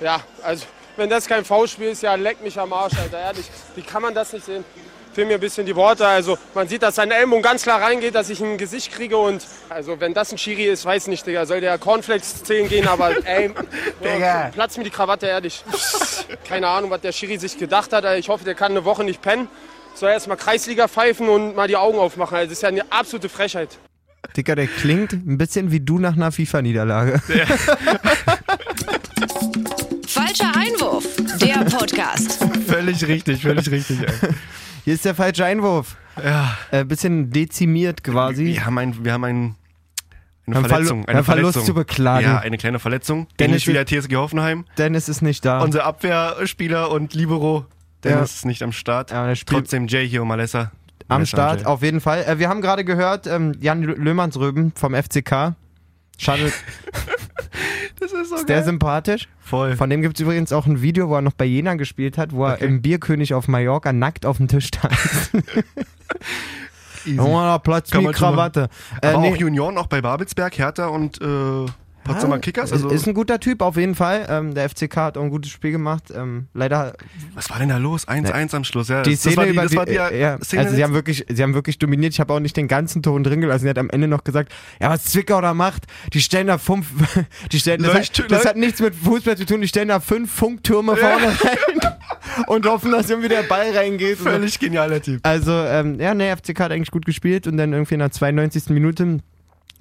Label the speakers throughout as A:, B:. A: Ja, also wenn das kein Foulspiel ist, ja, leck mich am Arsch, Alter. Ehrlich, wie kann man das nicht sehen? Fehlen mir ein bisschen die Worte. Also man sieht, dass sein Ellbogen ganz klar reingeht, dass ich ein Gesicht kriege. Und also wenn das ein Schiri ist, weiß nicht, Digga. Soll der Cornflakes 10 gehen, aber ey,
B: Digga.
A: platz mir die Krawatte, ehrlich. Keine Ahnung, was der Schiri sich gedacht hat. Ich hoffe, der kann eine Woche nicht pennen. Soll erst mal Kreisliga pfeifen und mal die Augen aufmachen. Also, Das ist ja eine absolute Frechheit.
B: Dicker, der klingt ein bisschen wie du nach einer FIFA-Niederlage.
C: Falscher Einwurf, der Podcast.
D: Völlig richtig, völlig richtig. Ey.
B: Hier ist der falsche Einwurf. Ja. Äh, bisschen dezimiert quasi.
D: Wir haben, ein, wir haben ein, eine
B: Ein Verlu-
D: Verletzung. eine
B: ein Verlust
D: Verletzung.
B: zu beklagen.
D: Ja, eine kleine Verletzung.
B: Dennis
D: Ähnlich wie der TSG Hoffenheim.
B: Dennis ist nicht da.
D: Unser Abwehrspieler und Libero,
B: Ja.
D: Dennis ist nicht am Start.
B: Ja, der spielt-
D: Trotzdem Jay hier und Malessa.
B: Am
D: Malessa und
B: Start,
D: Jay.
B: auf jeden Fall. Äh, wir haben gerade gehört, ähm, Jan Lö- Löhmannsröben vom FCK. Schade,
D: Das ist so
B: ist der
D: geil.
B: sympathisch.
D: Voll.
B: Von dem gibt es übrigens auch ein Video, wo er noch bei Jena gespielt hat, wo er
D: Okay.
B: im Bierkönig auf Mallorca nackt auf dem Tisch stand. Junge, da platzt
D: Kann
B: die
D: man schon mal-
B: Krawatte. Äh,
D: Aber
B: nee,
D: auch Junioren, auch bei Babelsberg, Hertha und äh, Potsdamer Kickers. Also,
B: Ah, ist ein guter Typ auf jeden Fall. Ähm, der FCK hat auch ein gutes Spiel gemacht. Ähm, leider
D: was war denn da los? 1-1 am Schluss. Ja,
B: die
D: das,
B: Szene
D: das war die,
B: über
D: das
B: die,
D: war die
B: äh, ja,
D: Szene
B: also sie haben wirklich, sie haben wirklich dominiert. Ich habe auch nicht den ganzen Ton drin gelassen. Er hat am Ende noch gesagt, ja was Zwickau da macht, die stellen da fünf, die stellen, das,
D: Leucht-
B: hat, das
D: leucht-
B: hat nichts mit Fußball zu tun. Die stellen da fünf Funktürme vorne rein und hoffen, dass irgendwie der Ball reingeht.
D: Völlig genialer Typ.
B: Also ähm, ja, ne, FCK hat eigentlich gut gespielt und dann irgendwie in der 92. Minute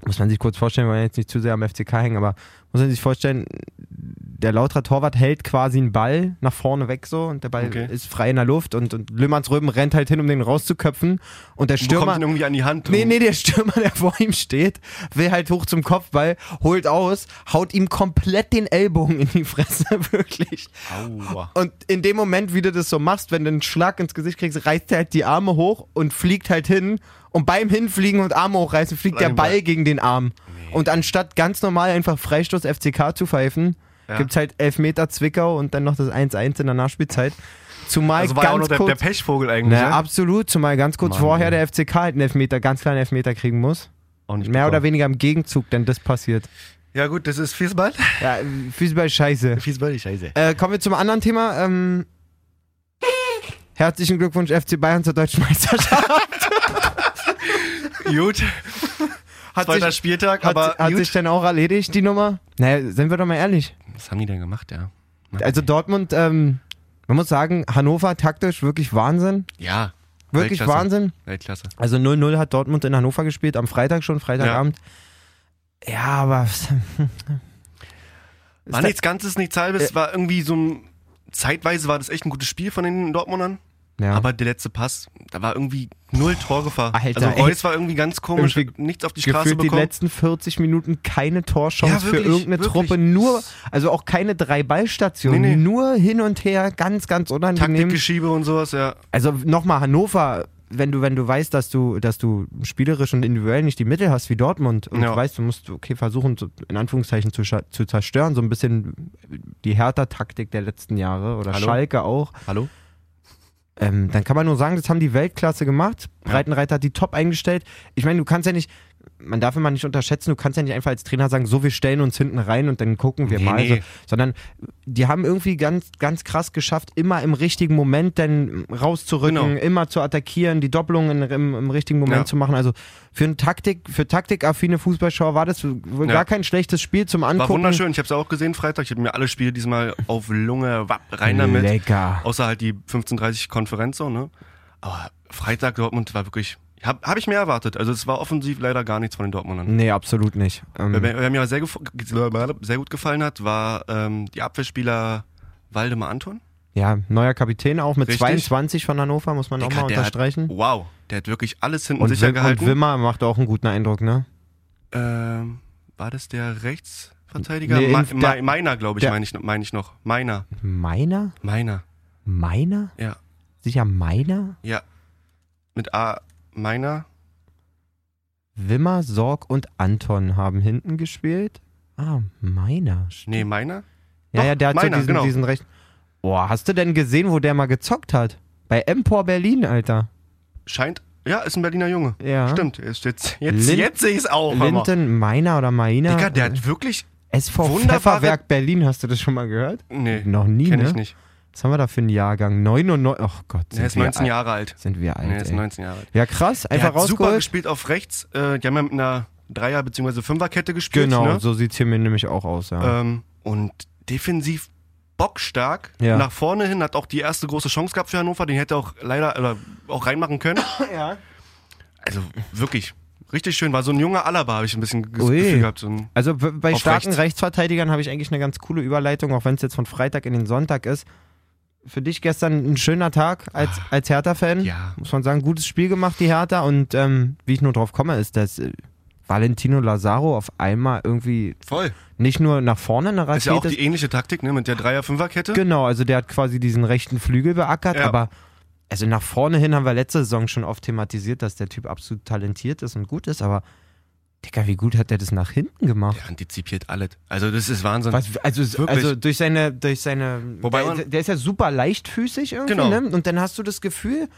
B: muss man sich kurz vorstellen, wir wollen jetzt nicht zu sehr am FCK hängen, aber muss man sich vorstellen, der Lauterer Torwart hält quasi einen Ball nach vorne weg so und der Ball
D: Okay.
B: ist frei in der Luft und, und Löhmanns Röben rennt halt hin, um den rauszuköpfen und der
D: Stürmer.
B: Stürmer...
D: Kommt ihn irgendwie an die Hand.
B: Nee, nee, der Stürmer, der vor ihm steht, will halt hoch zum Kopfball, holt aus, haut ihm komplett den Ellbogen in die Fresse, wirklich.
D: Aua.
B: Und in dem Moment, wie du das so machst, wenn du einen Schlag ins Gesicht kriegst, reißt er halt die Arme hoch und fliegt halt hin. Und beim Hinfliegen und Arme hochreißen, fliegt der
D: Nein,
B: Ball
D: Ball.
B: gegen den Arm. Und anstatt ganz normal einfach Freistoß FCK zu pfeifen,
D: Ja.
B: gibt's halt Elfmeter Zwickau und dann noch das 1-1 in der Nachspielzeit. Zumal
D: Also war ja auch noch
B: ganz
D: der, der
B: kurz...
D: Pechvogel eigentlich.
B: na,
D: ja?
B: absolut, zumal ganz kurz
D: Mann,
B: vorher
D: ey.
B: der FCK halt einen Elfmeter, ganz kleinen Elfmeter kriegen muss.
D: Auch nicht
B: Mehr oder
D: bekommen.
B: weniger im Gegenzug, denn das passiert.
D: Ja gut, das ist Fiesball.
B: Ja, Fußball scheiße.
D: Fiesball, die Scheiße.
B: Äh, kommen wir zum anderen Thema. Ähm, herzlichen Glückwunsch FC Bayern zur deutschen Meisterschaft.
D: Gut,
B: Hat
D: zweiter
B: sich,
D: Spieltag,
B: hat,
D: aber
B: hat
D: gut.
B: sich denn auch erledigt, die Nummer? Naja, sind wir doch mal ehrlich.
D: Was haben die denn gemacht, ja?
B: Also Dortmund, ähm, man muss sagen, Hannover taktisch wirklich Wahnsinn.
D: Ja.
B: Wirklich
D: Weltklasse.
B: Wahnsinn.
D: Weltklasse.
B: Also 0-0 hat Dortmund in Hannover gespielt, am Freitag schon, Freitagabend. Ja, aber
D: War nichts Ganzes, nichts
B: Äh.
D: Halbes, war irgendwie so ein... Zeitweise war das echt ein gutes Spiel von den Dortmundern,
B: ja.
D: aber der letzte Pass, da war irgendwie null Torgefahr.
B: Alter,
D: also Reus war irgendwie ganz komisch,
B: Irgendwie
D: nichts auf die Straße
B: gefühlt die
D: bekommen.
B: letzten 40 Minuten keine Torchance
D: Ja, wirklich,
B: für irgendeine
D: wirklich.
B: Truppe, nur, also auch keine drei Ballstationen,
D: Nee, nee.
B: nur hin und her, ganz, ganz unangenehm.
D: Taktikgeschiebe und sowas, ja.
B: Also nochmal Hannover, wenn du, wenn du weißt, dass du, dass du spielerisch und individuell nicht die Mittel hast wie Dortmund und
D: Ja.
B: du weißt, du musst okay versuchen, so in Anführungszeichen zu, scha- zu zerstören, so ein bisschen die Hertha-Taktik der letzten Jahre oder
D: Hallo?
B: Schalke auch.
D: Hallo?
B: Ähm, dann kann man nur sagen, das haben die Weltklasse gemacht. Breitenreiter hat die top eingestellt. Ich meine, du kannst ja nicht, man darf immer nicht unterschätzen, du kannst ja nicht einfach als Trainer sagen, so, wir stellen uns hinten rein und dann gucken wir
D: Nee,
B: mal.
D: nee.
B: Also, sondern die haben irgendwie ganz, ganz krass geschafft, immer im richtigen Moment dann rauszurücken,
D: Genau.
B: immer zu attackieren, die Doppelungen im, im richtigen Moment
D: Ja.
B: zu machen. Also für eine Taktik, für taktikaffine Fußballschauer war das wohl
D: Ja.
B: gar kein schlechtes Spiel zum
D: War
B: Angucken.
D: wunderschön, ich habe es auch gesehen Freitag, ich habe mir alle Spiele diesmal auf Lunge, wapp, rein damit.
B: Lecker.
D: Außer halt die 15.30 Konferenz so, ne? Aber Freitag Dortmund war wirklich. Habe hab ich mehr erwartet. Also es war offensiv leider gar nichts von den Dortmundern.
B: Nee, absolut nicht. Ähm,
D: Wer, wer mir sehr, gef- ge- sehr gut gefallen hat, war ähm, die Abwehrspieler Waldemar Anton.
B: Ja, neuer Kapitän auch mit
D: Richtig.
B: 22 von Hannover, muss man auch mal
D: der hat,
B: unterstreichen.
D: wow, der hat wirklich alles hinten
B: Und, Wim,
D: sicher
B: und
D: gehalten.
B: Wimmer macht auch einen guten Eindruck, ne?
D: ähm, war das der Rechtsverteidiger?
B: Nee,
D: Ma
B: der-
D: Ma Meiner, glaube ich,
B: der-
D: meine ich, noch- meine ich noch. Meiner.
B: Meiner?
D: Meiner.
B: Meiner?
D: Ja.
B: Sicher Meiner?
D: Ja. Mit A. Meiner.
B: Wimmer, Sorg und Anton haben hinten gespielt. Ah, Meiner. St-
D: Nee, Meiner?
B: Ja,
D: doch,
B: ja, der hat so
D: Meiner,
B: diesen,
D: genau.
B: diesen recht. Boah, hast du denn gesehen, wo der mal gezockt hat? Bei Empor Berlin, Alter.
D: Scheint. Ja, ist ein Berliner Junge.
B: Ja.
D: Stimmt, er ist jetzt, jetzt,
B: Lin-
D: jetzt sehe ich es auch. Hammer.
B: Linton, Meiner oder Meiner?
D: Dicker, der hat wirklich
B: SV
D: Wunderbare-
B: Pfefferwerk Berlin, hast du das schon mal gehört?
D: Nee.
B: Noch nie,
D: Kenn
B: ne?
D: ich nicht.
B: Was haben wir da für einen Jahrgang? 99, oh Gott, sind
D: Er ist
B: wir
D: 19
B: alt.
D: Jahre alt.
B: Sind wir alt,
D: Nee, er ist
B: ey.
D: 19 Jahre alt.
B: Ja, krass,
D: Der
B: einfach
D: hat super
B: rausgeholt.
D: gespielt auf rechts. Äh, die haben ja mit einer Dreier- bzw. Fünferkette gespielt.
B: Genau,
D: Ne?
B: so sieht es hier mir nämlich auch aus, ja.
D: Ähm, und defensiv bockstark.
B: Ja.
D: Nach vorne hin hat auch die erste große Chance gehabt für Hannover. Den hätte er auch leider oder auch reinmachen können. Also wirklich, richtig schön. War so ein junger Alaba, habe ich ein bisschen das
B: Ui.
D: Gefühl gehabt. So ein,
B: Also b- bei
D: Auf
B: starken
D: rechts.
B: Rechtsverteidigern habe ich eigentlich eine ganz coole Überleitung, auch wenn es jetzt von Freitag in den Sonntag ist. Für dich gestern ein schöner Tag als, als Hertha-Fan.
D: Ah. Ja.
B: Muss man sagen, gutes Spiel gemacht, die Hertha. Und ähm, wie ich nur drauf komme, ist, dass äh, Valentino Lazaro auf einmal irgendwie
D: Voll.
B: nicht nur nach vorne eine Rakete
D: Ist ja auch die ähnliche Taktik, ne? Mit der Dreier-Fünferkette.
B: Genau, also der hat quasi diesen rechten Flügel beackert,
D: Ja.
B: aber also nach vorne hin haben wir letzte Saison schon oft thematisiert, dass der Typ absolut talentiert ist und gut ist, aber Digga, wie gut hat der das nach hinten gemacht?
D: Der antizipiert alles. Also das ist Wahnsinn.
B: Was, also,
D: Wirklich.
B: also durch seine, durch seine.
D: Wobei
B: der,
D: man-
B: der ist ja super leichtfüßig irgendwie,
D: Genau.
B: ne? Und dann hast du das Gefühl,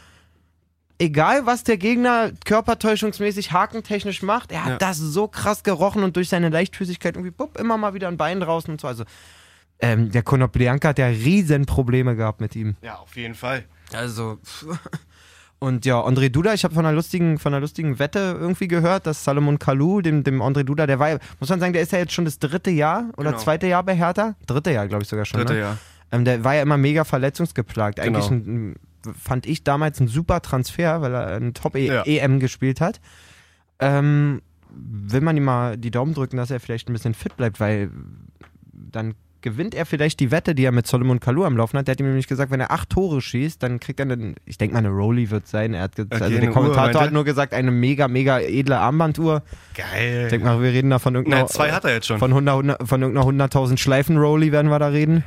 B: egal was der Gegner körpertäuschungsmäßig, hakentechnisch macht, er hat
D: Ja.
B: das so krass gerochen und durch seine Leichtfüßigkeit irgendwie bupp, immer mal wieder ein Bein draußen und so. Also ähm, der Konoplyanka hat ja riesen Probleme gehabt mit ihm.
D: Ja, auf jeden Fall.
B: Also. pff. Und ja, André Duda, ich habe von einer lustigen, von einer lustigen Wette irgendwie gehört, dass Salomon Kalou, dem, dem André Duda, der war, ja- muss man sagen, der ist ja jetzt schon das dritte Jahr oder
D: Genau.
B: zweite Jahr bei Hertha. Dritte Jahr, glaube ich sogar schon.
D: Dritte
B: ne?
D: Jahr.
B: Ähm, der war ja immer mega verletzungsgeplagt. Eigentlich
D: Genau.
B: ein, ein- fand ich damals ein super Transfer, weil er ein
D: Ja.
B: Top-EM E gespielt hat. Ähm, will man ihm mal die Daumen drücken, dass er vielleicht ein bisschen fit bleibt, weil dann gewinnt er vielleicht die Wette, die er mit Solomon Kalou am Laufen hat. Der hat ihm nämlich gesagt, wenn er acht Tore schießt, dann kriegt er einen, ich denke mal, eine Rolli wird sein. Er hat ge-
D: Okay,
B: also
D: eine
B: der
D: Uhr,
B: Kommentator
D: meint er?
B: hat nur gesagt, eine mega, mega edle Armbanduhr.
D: Geil.
B: Ich denke mal, wir reden da von irgendeiner,
D: Nein, zwei hat er jetzt schon.
B: Genau, äh, von 100 von irgendeiner 100.000 Schleifen-Rolli werden wir da reden.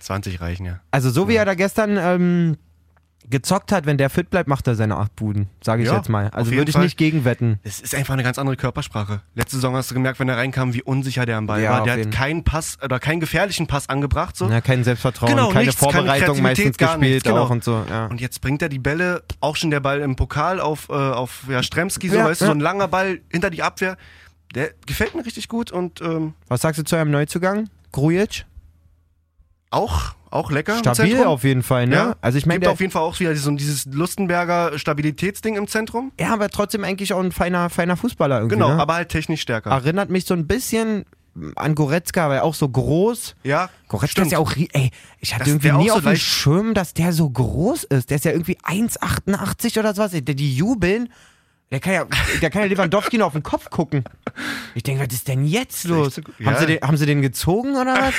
D: 20 reichen, ja.
B: Also so wie er da gestern ähm, gezockt hat, wenn der fit bleibt, macht er seine acht Buden, sage ich
D: Ja,
B: jetzt mal.
D: auf
B: Also
D: jeden
B: würde ich
D: Fall.
B: nicht gegenwetten.
D: Es ist einfach eine ganz andere Körpersprache. Letzte Saison hast du gemerkt, wenn er reinkam, wie unsicher der am Ball
B: Ja,
D: war.
B: auf
D: Der
B: jeden.
D: hat keinen Pass oder keinen gefährlichen Pass angebracht. So.
B: Ja, kein Selbstvertrauen,
D: Genau,
B: keine
D: nichts, keine
B: Vorbereitung
D: Kreativität,
B: meistens
D: gar
B: gespielt
D: nichts, genau.
B: auch und so. Ja.
D: Und jetzt bringt er die Bälle, auch schon der Ball im Pokal auf, äh, auf ja, Stremski, so,
B: Ja,
D: weißt du,
B: ja.
D: so ein langer Ball hinter die Abwehr. Der gefällt mir richtig gut und ähm,
B: Was sagst du zu einem Neuzugang? Grujic?
D: auch, auch lecker. im
B: Stabil
D: Zentrum.
B: auf jeden Fall, ne?
D: Ja,
B: Also ich meine,
D: Gibt
B: der-
D: auf jeden Fall auch wieder so dieses Lustenberger Stabilitätsding im Zentrum.
B: ja, aber trotzdem eigentlich auch ein feiner, feiner Fußballer irgendwie.
D: Genau,
B: ne?
D: aber halt technisch stärker.
B: Erinnert mich so ein bisschen an Goretzka, weil auch so groß.
D: ja,
B: Goretzka
D: stimmt.
B: ist ja auch, rie- ey, ich hatte
D: Dass
B: irgendwie
D: der
B: nie
D: auch so
B: auf dem
D: leicht-
B: Schirm, dass der so groß ist. Der ist ja irgendwie 1,88 oder sowas. Die, die jubeln. Der kann ja, der kann ja Lewandowski noch auf den Kopf gucken. Ich denke, was ist denn jetzt los?
D: echt so-
B: Haben,
D: ja.
B: sie den, haben sie den gezogen oder was?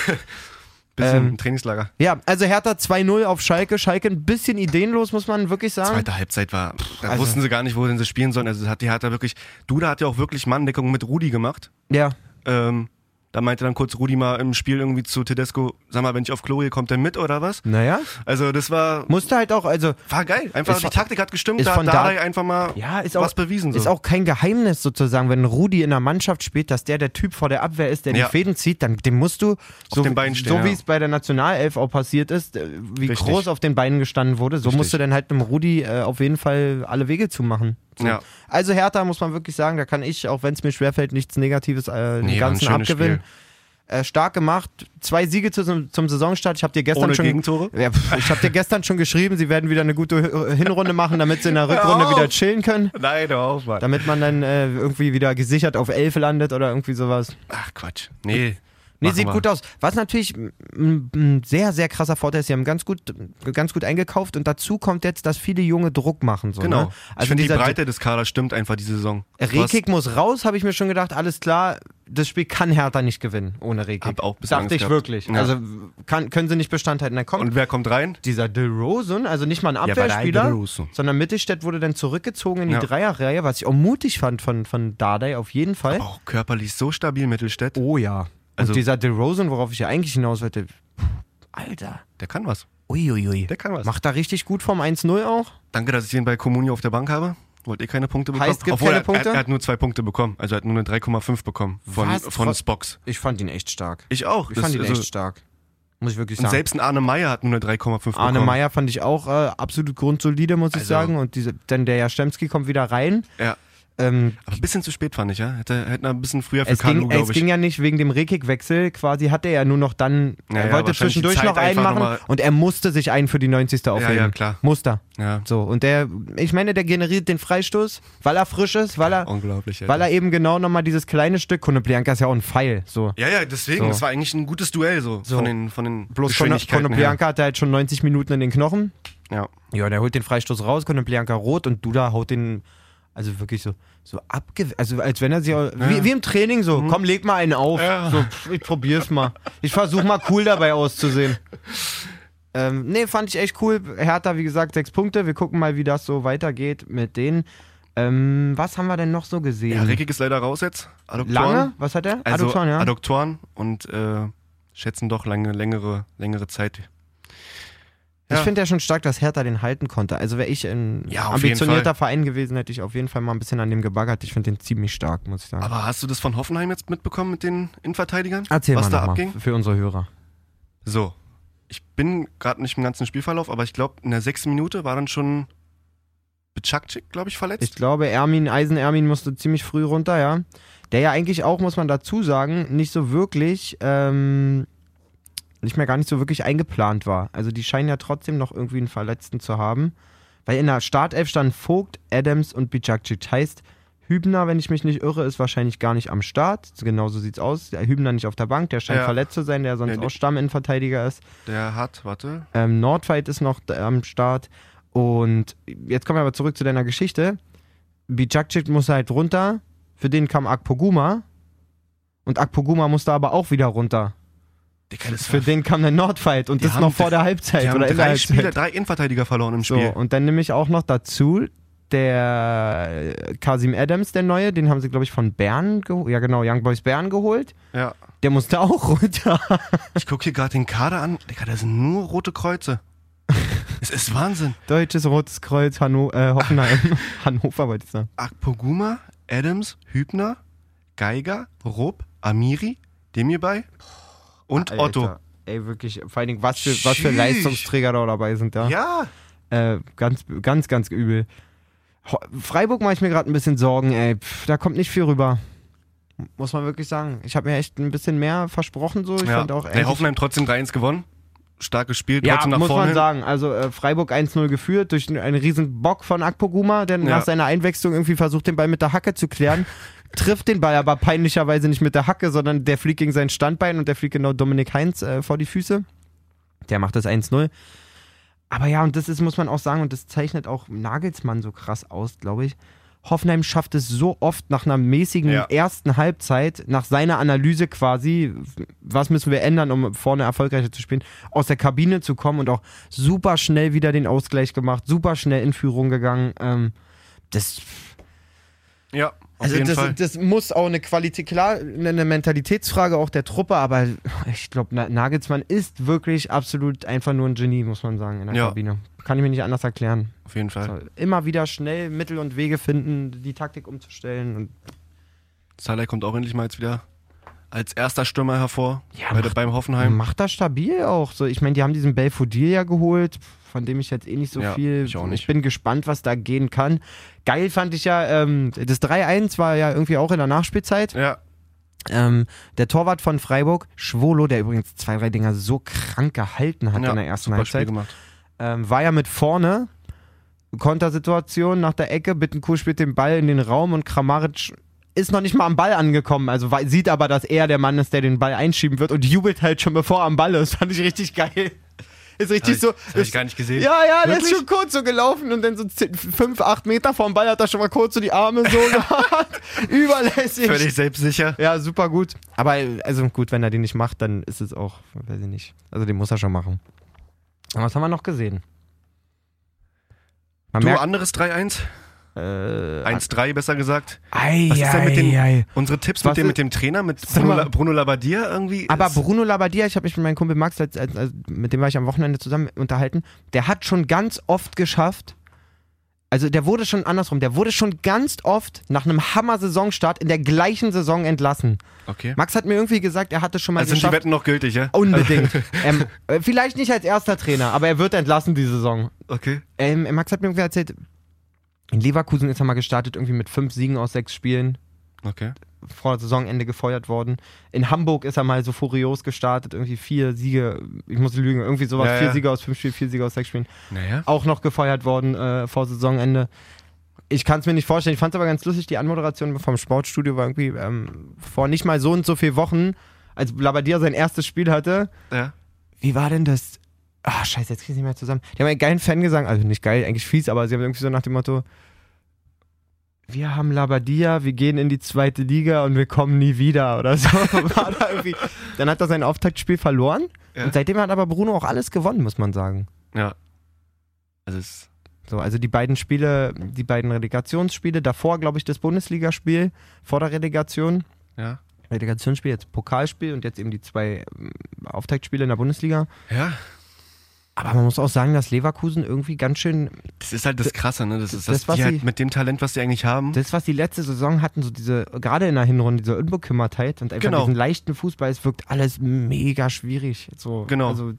D: Bisschen
B: ähm,
D: im Trainingslager.
B: ja, also Hertha 2-0 auf Schalke. Schalke ein bisschen ideenlos, muss man wirklich sagen.
D: Zweite Halbzeit war, pff, da
B: Ah. Also-
D: wussten sie gar nicht, wohin sie spielen sollen. Also hat die hat er wirklich, Duda hat ja auch wirklich Manndeckung mit Rudi gemacht.
B: Ja.
D: Ähm, da meinte dann kurz Rudi mal im Spiel irgendwie zu Tedesco, sag mal, wenn ich auf Klo gehe, kommt er mit oder was?
B: Naja.
D: Also das war,
B: Musste halt auch, also
D: war geil. Einfach
B: Ist
D: die
B: von-
D: Taktik hat gestimmt,
B: ist
D: da
B: von
D: hat
B: da-
D: Dardai einfach mal
B: Ja, ist
D: was
B: auch,
D: bewiesen. So.
B: Ist auch kein Geheimnis sozusagen, wenn Rudi in der Mannschaft spielt, dass der der Typ vor der Abwehr ist, der
D: Ja.
B: die Fäden zieht, dann dem musst du, so,
D: den Beinen stehen,
B: so wie
D: ja.
B: es bei der Nationalelf auch passiert ist, äh, wie
D: Richtig.
B: groß auf den Beinen gestanden wurde, so
D: Richtig.
B: musst du dann halt dem Rudi äh, auf jeden Fall alle Wege zumachen. So.
D: Ja.
B: Also Hertha muss man wirklich sagen, da kann ich, auch wenn es mir schwerfällt, nichts Negatives äh, den
D: Nee, war ein
B: ganzen
D: schönes
B: abgewinnen.
D: Spiel.
B: Äh, stark gemacht, zwei Siege zum, zum Saisonstart. Ich habe dir gestern
D: Ohne
B: schon
D: Gegentore?
B: Ja, pf, ich habe dir gestern schon geschrieben, sie werden wieder eine gute Hinrunde machen, damit sie in der Rückrunde
D: auf!
B: wieder chillen können.
D: Nein, hör auf, Mann.
B: Damit man dann äh, irgendwie wieder gesichert auf 11 landet oder irgendwie sowas.
D: Ach Quatsch. Nee.
B: Nee,
D: Machen
B: sieht
D: wir.
B: gut aus. Was natürlich m- m- ein sehr, sehr krasser Vorteil ist, sie haben ganz gut, ganz gut eingekauft und dazu kommt jetzt, dass viele Junge Druck machen. So,
D: Genau.
B: Ne?
D: ich
B: Also
D: finde, die
B: dieser
D: Breite des Kaders stimmt einfach die Saison. Du
B: Rekik muss raus, habe ich mir schon gedacht, alles klar, das Spiel kann Hertha nicht gewinnen ohne Rekik.
D: Hab auch ein bisschen
B: Dachte
D: Angst
B: ich
D: gehabt.
B: wirklich.
D: Ja.
B: Also kann, können sie nicht Bestand halten. Dann
D: hast-
B: kommt
D: Und wer kommt rein?
B: dieser De Rosen, also nicht mal ein
D: aber der
B: Abwehrspieler,
D: De Rosen.
B: sondern Mittelstädt wurde dann zurückgezogen in die
D: Ja.
B: Dreierreihe, was ich auch mutig fand von, von Dardai auf jeden Fall.
D: Oh, körperlich so stabil, Mittelstädt.
B: Oh ja.
D: Also-
B: und dieser DeRozan, worauf ich ja eigentlich hinaus wollte, pff, Alter.
D: Der kann was.
B: Uiuiui.
D: Der kann was.
B: Macht da richtig gut vom 1-0 auch.
D: Danke, dass ich den bei Comunio auf der Bank habe. Wollt ihr keine Punkte bekommen?
B: Heißt, gibt
D: Obwohl,
B: keine
D: er,
B: Punkte?
D: Er, er hat nur zwei Punkte bekommen. Also er hat nur eine 3,5 bekommen von,
B: Was?
D: von
B: Was?
D: Spox.
B: Ich fand ihn echt stark.
D: Ich auch.
B: Ich
D: Das-
B: fand ihn
D: also-
B: echt stark. Muss ich wirklich
D: Und
B: sagen.
D: selbst ein Arne Meyer hat nur eine 3,5 bekommen.
B: Arne Meyer fand ich auch äh, absolut grundsolide, muss ich
D: Also-
B: sagen. Und diese, denn der Jastrzemski kommt wieder rein.
D: Ja.
B: Ähm,
D: Aber ein bisschen zu spät fand ich, ja. Hätte, hätte ein bisschen früher für
B: es ging,
D: Kalu,
B: es
D: glaube ich.
B: ging ja nicht wegen dem Rekik-Wechsel, quasi hatte er nur noch dann,
D: Ja,
B: er
D: ja,
B: wollte
D: wahrscheinlich die
B: zwischendurch
D: Zeit
B: noch einen
D: einfach
B: machen
D: nochmal-
B: und er musste sich einen für die 90. aufheben.
D: ja, klar.
B: Muster.
D: ja.
B: So, und der, ich meine, der generiert den Freistoß, weil er frisch ist, weil er,
D: Unglaublich, ja.
B: weil er eben genau nochmal dieses kleine Stück, Kunde Bianca ist ja auch ein Pfeil, so.
D: ja, ja, deswegen,
B: So.
D: das war eigentlich ein gutes Duell so,
B: So.
D: von den von den
B: Bloß Kunde
D: Geschwindigkeiten her.
B: Bianca hat halt schon 90 Minuten in den Knochen.
D: Ja.
B: Ja, der holt den Freistoß raus, Kunde Bianca rot und Duda haut den, also wirklich so, so abge, also als wenn er sich, auch- wie, wie im Training so, komm, leg mal einen auf.
D: Mhm. Ja.
B: So, pff, ich probier's mal. Ich versuch mal cool dabei auszusehen. Ähm, nee, fand ich echt cool. Hertha, wie gesagt, sechs Punkte. Wir gucken mal, wie das so weitergeht mit denen. Ähm, was haben wir denn noch so gesehen?
D: ja, Rekik ist leider raus jetzt. Adduktoren.
B: Mhm. Lange? Was hat er?
D: Also
B: Adduktoren, ja.
D: Adduktoren und äh, schätzen doch lange, längere, längere Zeit.
B: Ich
D: Ja.
B: finde ja schon stark, dass Hertha den halten konnte. Also wäre ich ein
D: Ja, auf jeden
B: ambitionierter Verein gewesen, hätte ich auf jeden Fall mal ein bisschen an dem gebaggert. Ich finde den ziemlich stark, muss ich sagen.
D: Aber hast du das von Hoffenheim jetzt mitbekommen mit den Innenverteidigern?
B: Erzähl
D: was
B: mal,
D: da
B: noch mal
D: abging?
B: für unsere Hörer.
D: So. Ich bin gerade nicht im ganzen Spielverlauf, aber ich glaube, in der sechsten Minute war dann schon Bicakcik, glaube ich, verletzt.
B: Ich glaube, Ermin, Eisen-Ermin musste ziemlich früh runter, ja. Der ja eigentlich auch, muss man dazu sagen, nicht so wirklich, ähm, nicht mehr gar nicht so wirklich eingeplant war. Also die scheinen ja trotzdem noch irgendwie einen Verletzten zu haben. Weil in der Startelf standen Vogt, Adams und Bijakcic. Heißt, Hübner, wenn ich mich nicht irre, ist wahrscheinlich gar nicht am Start. Genau so sieht's aus. Der Hübner nicht auf der Bank, der scheint
D: Ja.
B: verletzt zu sein, der sonst
D: Ja, die-
B: auch Stamminnenverteidiger ist.
D: Der hat, warte,
B: Ähm, Nordfight ist noch da am Start. Und jetzt kommen wir aber zurück zu deiner Geschichte. Bijakcic muss halt runter. Für den kam Akpoguma. Und Akpoguma musste aber auch wieder runter.
D: Digga, das
B: Für den kam der Nordfight. Und
D: Die
B: das
D: haben
B: noch vor
D: dr-
B: der
D: die
B: Halbzeit
D: haben
B: oder in der
D: drei,
B: Halbzeit.
D: Spieler, drei Innenverteidiger verloren im
B: So,
D: Spiel.
B: und dann nehme ich auch noch dazu, der äh, Kasim Adams, der neue, den haben sie, glaube ich, von Bern geholt. Ja, genau, Young Boys Bern geholt.
D: Ja.
B: Der musste auch runter.
D: Ich gucke hier gerade den Kader an. Digga, da sind nur rote Kreuze. es ist Wahnsinn.
B: Deutsches Rotes Kreuz, Hanno, äh, Hoffenheim. Hannover wollte ich sagen.
D: Akpoguma, Adams, Hübner, Geiger, Rob, Amiri, Demirbay und
B: Alter.
D: Otto.
B: Ey, wirklich, vor allen Dingen, was für, was für
D: Sheesh.
B: Leistungsträger da dabei sind da.
D: Ja.
B: Äh, ganz, ganz, ganz übel. Ho Freiburg mache ich mir gerade ein bisschen Sorgen, ey. Pff, da kommt nicht viel rüber. Muss man wirklich sagen. Ich habe mir echt ein bisschen mehr versprochen, so. Ich
D: ja.
B: fand auch
D: Der
B: eigentlich-
D: Hoffenheim trotzdem 3-1 gewonnen. Stark gespielt,
B: ja,
D: trotzdem nach
B: muss
D: vorne.
B: man
D: hin.
B: sagen. Also äh, Freiburg 1-0 geführt durch einen riesen Bock von Akpoguma, der
D: Ja.
B: nach seiner Einwechslung irgendwie versucht, den Ball mit der Hacke zu klären. trifft den Ball aber peinlicherweise nicht mit der Hacke, sondern der fliegt gegen sein Standbein und der fliegt genau Dominik Heinz äh, vor die Füße. Der macht das 1-0. Aber ja, und das ist, muss man auch sagen, und das zeichnet auch Nagelsmann so krass aus, glaube ich. Hoffenheim schafft es so oft nach einer mäßigen
D: Ja.
B: ersten Halbzeit, nach seiner Analyse quasi, was müssen wir ändern, um vorne erfolgreicher zu spielen, aus der Kabine zu kommen und auch super schnell wieder den Ausgleich gemacht, super schnell in Führung gegangen. Ähm, das
D: Ja, auf
B: also
D: jeden
B: das,
D: Fall.
B: das muss auch eine Qualität, klar, eine Mentalitätsfrage auch der Truppe, aber ich glaube, Nagelsmann ist wirklich absolut einfach nur ein Genie, muss man sagen, in der
D: Ja.
B: Kabine. Kann ich mir nicht anders erklären.
D: auf jeden Fall.
B: So, immer wieder schnell Mittel und Wege finden, die Taktik umzustellen. Und
D: Salai kommt auch endlich mal jetzt wieder als erster Stürmer hervor.
B: Ja, Mhm.
D: bei,
B: macht-
D: beim Hoffenheim.
B: macht das stabil auch. So, ich meine, die haben diesen Belfodil ja geholt, von dem ich jetzt eh nicht so
D: Ja,
B: viel.
D: ich auch nicht.
B: bin gespannt, was da gehen kann. Geil fand ich ja, ähm, das 3-1 war ja irgendwie auch in der Nachspielzeit.
D: Ja,
B: Ähm, der Torwart von Freiburg, Schwolo, der übrigens zwei, drei Dinger so krank gehalten hat
D: ja,
B: in der ersten
D: super Spiel
B: Halbzeit,
D: gemacht.
B: ähm, war ja mit vorne. Kontersituation nach der Ecke, Bittenkur spielt den Ball in den Raum und Kramaric ist noch nicht mal am Ball angekommen. Also wei- sieht aber, dass er der Mann ist, der den Ball einschieben wird und jubelt halt schon bevor er am Ball ist. Fand ich richtig geil. Ist richtig so.
D: Das habe ich
B: ist-
D: gar nicht gesehen.
B: ja, ja, der ist
D: Wirklich?
B: schon kurz so gelaufen und dann so 10, 5, 8 Meter vom Ball hat er schon mal kurz so die Arme so gehabt. Überlässig.
D: Völlig selbstsicher.
B: Ja, super gut. Aber äh, also gut, wenn er den nicht macht, dann ist es auch, weiß ich nicht. Also den muss er schon machen. Aber was haben wir noch gesehen? Man
D: Du,
B: merkt,
D: anderes 3-1.
B: äh,
D: 1-3 besser gesagt.
B: ei,
D: Was ist denn mit
B: ei,
D: den,
B: ei.
D: unsere Tipps
B: Was
D: mit dem,
B: ist-
D: mit dem Trainer, mit
B: Sag
D: Bruno,
B: mal-
D: La- Bruno Labbadia irgendwie?
B: Aber
D: ist,
B: Bruno Labbadia, ich habe mich mit meinem Kumpel Max, als, als, als, mit dem war ich am Wochenende zusammen unterhalten, der hat schon ganz oft geschafft, also der wurde schon andersrum, der wurde schon ganz oft nach einem Hammer-Saisonstart in der gleichen Saison entlassen.
D: okay.
B: Max hat mir irgendwie gesagt, er hatte schon mal
D: Also sind die
B: geschafft, Oh.
D: Wetten noch gültig, ja?
B: Unbedingt. ähm, äh, vielleicht nicht als erster Trainer, aber er wird entlassen die Saison.
D: Okay.
B: Ähm, Max hat mir irgendwie erzählt, In Leverkusen ist er mal gestartet, irgendwie mit fünf Siegen aus sechs Spielen.
D: Okay.
B: vor Saisonende gefeuert worden. In Hamburg ist er mal so furios gestartet, irgendwie vier Siege, ich muss lügen, irgendwie sowas,
D: Ja,
B: vier
D: ja.
B: Siege aus fünf Spielen, vier Siege aus sechs Spielen,
D: Naja.
B: auch noch gefeuert worden äh, vor Saisonende. Ich kann es mir nicht vorstellen. Ich fand es aber ganz lustig, die Anmoderation vom Sportstudio war irgendwie ähm, vor nicht mal so und so viel Wochen, als Labadia sein erstes Spiel hatte.
D: Ja.
B: Wie war denn das? Ah, scheiße, jetzt krieg ich nicht mehr zusammen. Die haben einen geilen Fan gesagt, also nicht geil, eigentlich fies, aber sie haben irgendwie so nach dem Motto, wir haben Labadia, wir gehen in die zweite Liga und wir kommen nie wieder oder so. War da irgendwie. Dann hat er sein Auftaktspiel verloren
D: Ja.
B: und seitdem hat aber Bruno auch alles gewonnen, muss man sagen.
D: ja. Also es ist
B: So, also die beiden Spiele, die beiden Relegationsspiele, davor glaube ich das Bundesligaspiel vor der Relegation,
D: ja.
B: Relegationsspiel, jetzt Pokalspiel und jetzt eben die zwei ähm, Auftaktspiele in der Bundesliga.
D: Ja.
B: Aber man muss auch sagen, dass Leverkusen irgendwie ganz schön
D: Das ist halt das Krasse, ne? Das ist,
B: das,
D: dass
B: was
D: die halt
B: sie-
D: mit dem Talent, was die eigentlich haben.
B: das, was die letzte Saison hatten, so diese, gerade in der Hinrunde, diese Unbekümmertheit und einfach
D: Genau.
B: diesen leichten Fußball, es wirkt alles mega schwierig. So,
D: Genau.
B: Also,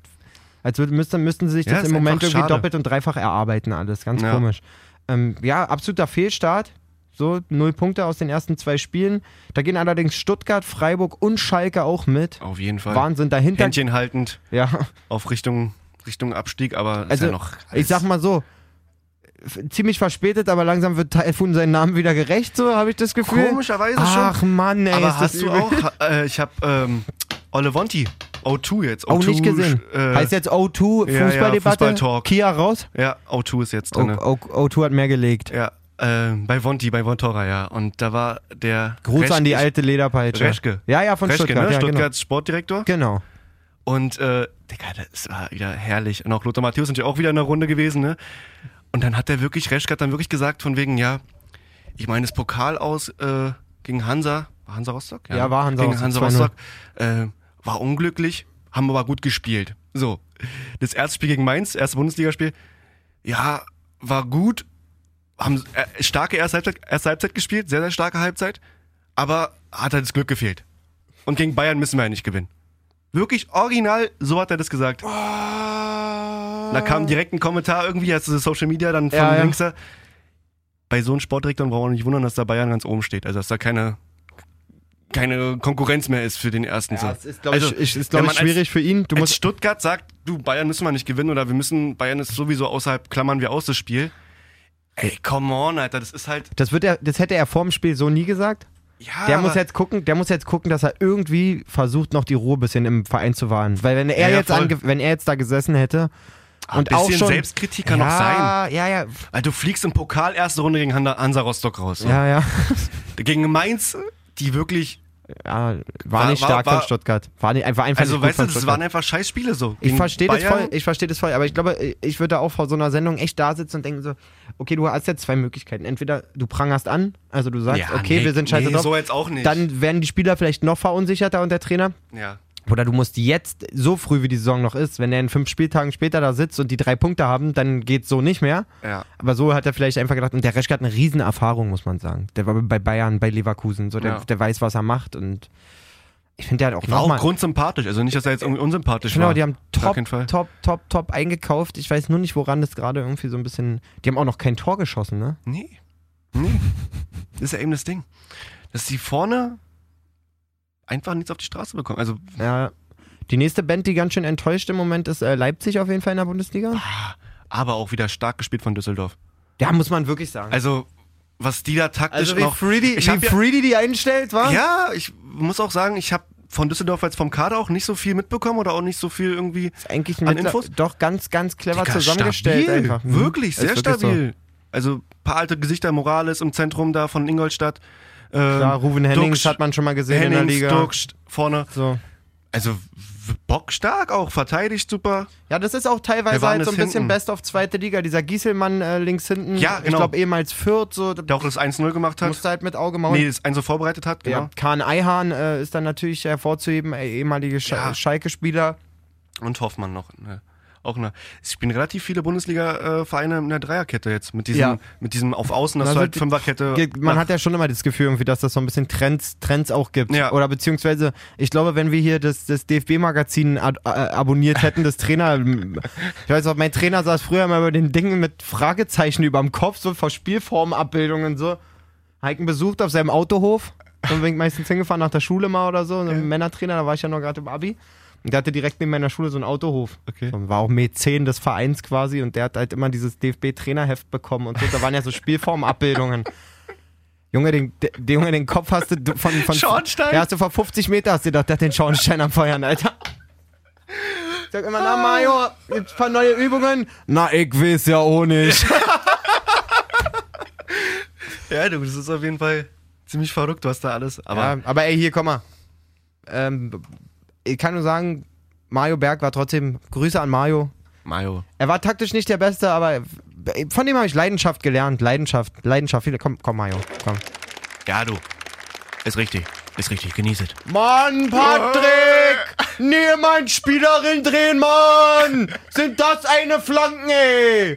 B: als würden- müssten, müssten sie sich
D: Ja,
B: das
D: ist
B: im Moment
D: einfach
B: irgendwie
D: schade.
B: doppelt und dreifach erarbeiten, alles. Ganz
D: Ja.
B: komisch. Ähm, ja, absoluter Fehlstart. So, null Punkte aus den ersten zwei Spielen. Da gehen allerdings Stuttgart, Freiburg und Schalke auch mit.
D: Auf jeden Fall.
B: Wahnsinn dahinter.
D: Händchen haltend
B: Ja.
D: auf Richtung, Richtung Abstieg, aber ist
B: Also,
D: ja noch.
B: ich sag mal so, f- ziemlich verspätet, aber langsam wird Taifun seinen Namen wieder gerecht, so habe ich das Gefühl.
D: Komischerweise schon.
B: Ach Mann, ey,
D: aber
B: ist das
D: hast du
B: übel.
D: auch, äh, ich habe ähm, Olevonti, O2 jetzt.
B: Auch
D: O2,
B: nicht gesehen.
D: Äh,
B: heißt jetzt O2
D: ja, ja,
B: Fußballdebatte?
D: Fußballtalk.
B: Kia raus?
D: ja, O2 ist jetzt
B: O,
D: drin.
B: o, O2 hat mehr gelegt.
D: Ja, äh, bei Vonti, bei Vontora, ja. Und da war der.
B: Gruß
D: Reschke-
B: an die alte Lederpeitsche.
D: Reschke.
B: Ja, ja, von
D: Reschke,
B: Stuttgart.
D: ne?
B: Ja,
D: Stuttgarts Sportdirektor.
B: Genau. genau.
D: Und, äh, Digga, das war wieder herrlich. Und auch Lothar Matthäus sind ja auch wieder in der Runde gewesen, ne? Und dann hat der wirklich, Reschke hat dann wirklich gesagt, von wegen, ja, ich meine, das Pokal aus äh, gegen Hansa, war Hansa Rostock?
B: Ja, war Hansa
D: gegen
B: Rostock,
D: Hansa
B: 2-0.
D: Rostock. Äh, war unglücklich, haben aber gut gespielt. So, das erste Spiel gegen Mainz, erste Bundesligaspiel, ja, war gut, haben äh, starke erste Halbzeit, erste Halbzeit gespielt, sehr, sehr starke Halbzeit, aber hat halt das Glück gefehlt. Und gegen Bayern müssen wir ja nicht gewinnen. Wirklich original, so hat er das gesagt. Da kam direkt ein Kommentar irgendwie, hast du das Social Media dann von
B: Ah. Ja, ja.
D: links. da. Bei so einem Sportdirektor brauchen wir nicht wundern, dass da Bayern ganz oben steht. Also dass da keine, keine Konkurrenz mehr ist für den ersten. so. also, wenn man als-
B: für ihn. Du
D: Als Stuttgart sagt, du, Bayern müssen wir nicht gewinnen oder wir müssen, Bayern ist sowieso außerhalb, klammern wir aus das Spiel. Ey, come on, Alter, das ist halt.
B: das, wird er, das hätte er vorm Spiel so nie gesagt.
D: Ja,
B: Der muss
D: aber-
B: jetzt gucken, der muss jetzt gucken, dass er irgendwie versucht, noch die Ruhe ein bisschen im Verein zu wahren. Weil wenn er
D: Ja, ja,
B: jetzt
D: voll.
B: ange wenn er jetzt da gesessen hätte und
D: ein
B: auch
D: bisschen
B: schon
D: Selbstkritik kann
B: ja,
D: noch sein.
B: Ja, ja,
D: Weil du fliegst im Pokal erste Runde gegen Hansa, Hansa Rostock raus. so.
B: ja, ja.
D: Gegen Mainz, die wirklich.
B: ja war,
D: War-
B: nicht
D: war-
B: stark
D: war-
B: von Stuttgart. War, nicht, war einfach
D: Also,
B: nicht gut
D: weißt du,
B: von
D: das
B: Stuttgart.
D: waren einfach scheiß Spiele so.
B: Ich
D: Gegen
B: verstehe das
D: Bayern,
B: voll, ich verstehe das voll, aber ich glaube, ich würde auch vor so einer Sendung echt da sitzen und denken so, okay, du hast jetzt zwei Möglichkeiten. Entweder du prangerst an, also du sagst,
D: Ja,
B: okay,
D: nee,
B: wir sind scheiße
D: nee,
B: drauf,
D: so jetzt auch nicht.
B: dann werden die Spieler vielleicht noch verunsicherter und der Trainer.
D: Ja.
B: Oder du musst jetzt, so früh wie die Saison noch ist, wenn er in fünf Spieltagen später da sitzt und die drei Punkte haben, dann geht's so nicht mehr.
D: Ja.
B: Aber so hat er vielleicht einfach gedacht, und der Reschke hat eine riesen Erfahrung, muss man sagen. Der war bei Bayern, bei Leverkusen, so der,
D: Ja.
B: der weiß, was er macht und ich finde, der hat auch
D: War auch
B: nochmal...
D: grundsympathisch. Also nicht, dass er jetzt irgendwie unsympathisch
B: Genau,
D: war.
B: die haben
D: Gar
B: top,
D: keinen Fall.
B: top, top, top eingekauft. Ich weiß nur nicht, woran das gerade irgendwie so ein bisschen. Die haben auch noch kein Tor geschossen, ne?
D: Nee. Nee. Das ist ja eben das Ding. Dass die vorne einfach nichts auf die Straße bekommen. Also,
B: Ja. Die nächste Band, die ganz schön enttäuscht im Moment ist, äh, Leipzig auf jeden Fall in der Bundesliga.
D: aber auch wieder stark gespielt von Düsseldorf.
B: Da muss man wirklich sagen.
D: Also, was die da
B: Also
D: taktisch noch. ich hab ja,
B: Freedy die einstellt, war? Ja.
D: ja, ich muss auch sagen, ich habe von Düsseldorf jetzt vom Kader auch nicht so viel mitbekommen oder auch nicht so viel irgendwie.
B: Ist eigentlich
D: An
B: mit,
D: Infos?
B: doch ganz, ganz clever
D: Digga,
B: zusammengestellt
D: stabil.
B: einfach. Mhm.
D: Wirklich,
B: Ist
D: sehr
B: wirklich so.
D: stabil. Also, paar alte Gesichter, Morales im Zentrum da von Ingolstadt. Ähm,
B: Klar, Ruven Hennings
D: Duxch,
B: hat man schon mal gesehen in der
D: Hennings,
B: Liga.
D: Duxch, vorne.
B: So.
D: Also, w- bockstark auch, verteidigt super.
B: Ja, das ist auch
D: Wir
B: teilweise
D: waren
B: halt so ein
D: es
B: bisschen
D: hinten.
B: Best of zweite Liga. Dieser Gieselmann äh, links hinten,
D: Ja,
B: ich
D: genau.
B: glaube ehemals Fürth, so
D: Der auch das 1-0 gemacht hat.
B: musste halt mit Auge Maul
D: Nee, das 1-0 vorbereitet hat, genau.
B: Ja, Kahn Eihahn äh, ist dann natürlich hervorzuheben, äh, ehemalige Sch
D: Ja.
B: Schalke-Spieler.
D: Und Hoffmann noch. Ne? Auch eine, es spielen relativ viele Bundesliga-Vereine in der Dreierkette jetzt. Mit diesem,
B: Ja.
D: mit diesem auf Außen, dass
B: Also
D: du halt
B: die-
D: Fünferkette.
B: Ge- Man
D: nach-
B: hat ja schon immer das Gefühl, irgendwie, dass das so ein bisschen Trends, Trends auch gibt.
D: Ja.
B: Oder beziehungsweise, ich glaube, wenn wir hier das, das DFB-Magazin ad, äh, abonniert hätten, das Trainer, ich weiß auch, mein Trainer saß früher mal über den Dingen mit Fragezeichen überm Kopf, so vor Spielformabbildungen und so. Heiken besucht auf seinem Autohof und bin ich meistens hingefahren nach der Schule mal oder so. Und ein Männertrainer, da war ich ja noch gerade im Abi. Und der hatte direkt neben meiner Schule so einen Autohof.
D: Okay.
B: So, war auch Mäzen des Vereins quasi und der hat halt immer dieses DFB-Trainerheft bekommen und so. Da waren ja so Spielformabbildungen. Junge, den, de- den, Junge, den Kopf hast du du- von, von
D: Schornstein?
B: Ja, hast du vor 50 Meter hast du gedacht, der hat den Schornstein am Feuern, Alter. Ich sag immer, na Mario, gibt's ein paar neue Übungen? Na, ich weiß ja auch nicht.
D: Ja, du, das ist auf jeden Fall ziemlich verrückt, was da alles. Aber
B: Aber, ja, aber ey, hier, komm mal. Ähm, ich kann nur sagen, Mario Berg war trotzdem, Grüße an Mario.
D: Mario.
B: Er war taktisch nicht der Beste, aber von dem habe ich Leidenschaft gelernt. Leidenschaft, Leidenschaft. Viele- Komm, komm, Mario, komm.
D: Ja, du. Ist richtig. Ist richtig. Genieß es.
B: Mann, Patrick!
D: Äh.
B: Niemand Spielerin drehen, Mann! Sind das eine Flanken, ey!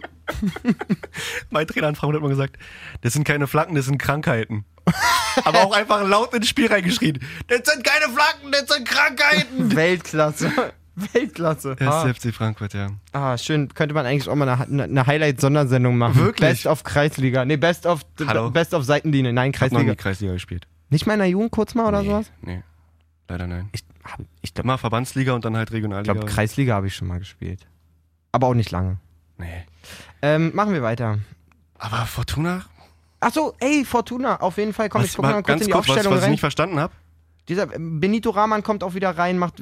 D: Mein Trainer in Frankfurt hat mal gesagt, das sind keine Flanken, das sind Krankheiten. Aber auch einfach laut ins Spiel reingeschrien. Das sind keine Flanken, das sind Krankheiten.
B: Weltklasse. Weltklasse. Ah,
D: FC Frankfurt, ja.
B: ah, schön. Könnte man eigentlich auch mal eine, ne, eine Highlight-Sondersendung machen.
D: Wirklich?
B: Best of Kreisliga. Nee, Best of,
D: Hallo?
B: Best of Seitenlinie. Nein,
D: Noch nie
B: Kreisliga.
D: Kreisliga gespielt.
B: Nicht mal in der Jugend kurz mal oder sowas?
D: Nee, leider nein.
B: Ich, hab- ich glaube,
D: Immer Verbandsliga und dann halt Regionalliga.
B: glaub, Kreisliga habe ich schon mal gespielt. Aber auch nicht lange.
D: nee.
B: Ähm, machen wir weiter.
D: Aber Fortuna,
B: Achso, ey, Fortuna, auf jeden Fall. Komm,
D: was,
B: ich
D: ich
B: guck mal
D: mal
B: kurz in
D: ganz
B: die
D: kurz, was,
B: Aufstellung
D: was ich
B: rein.
D: nicht verstanden habe.
B: Dieser äh, Benito Rahman kommt auch wieder rein, macht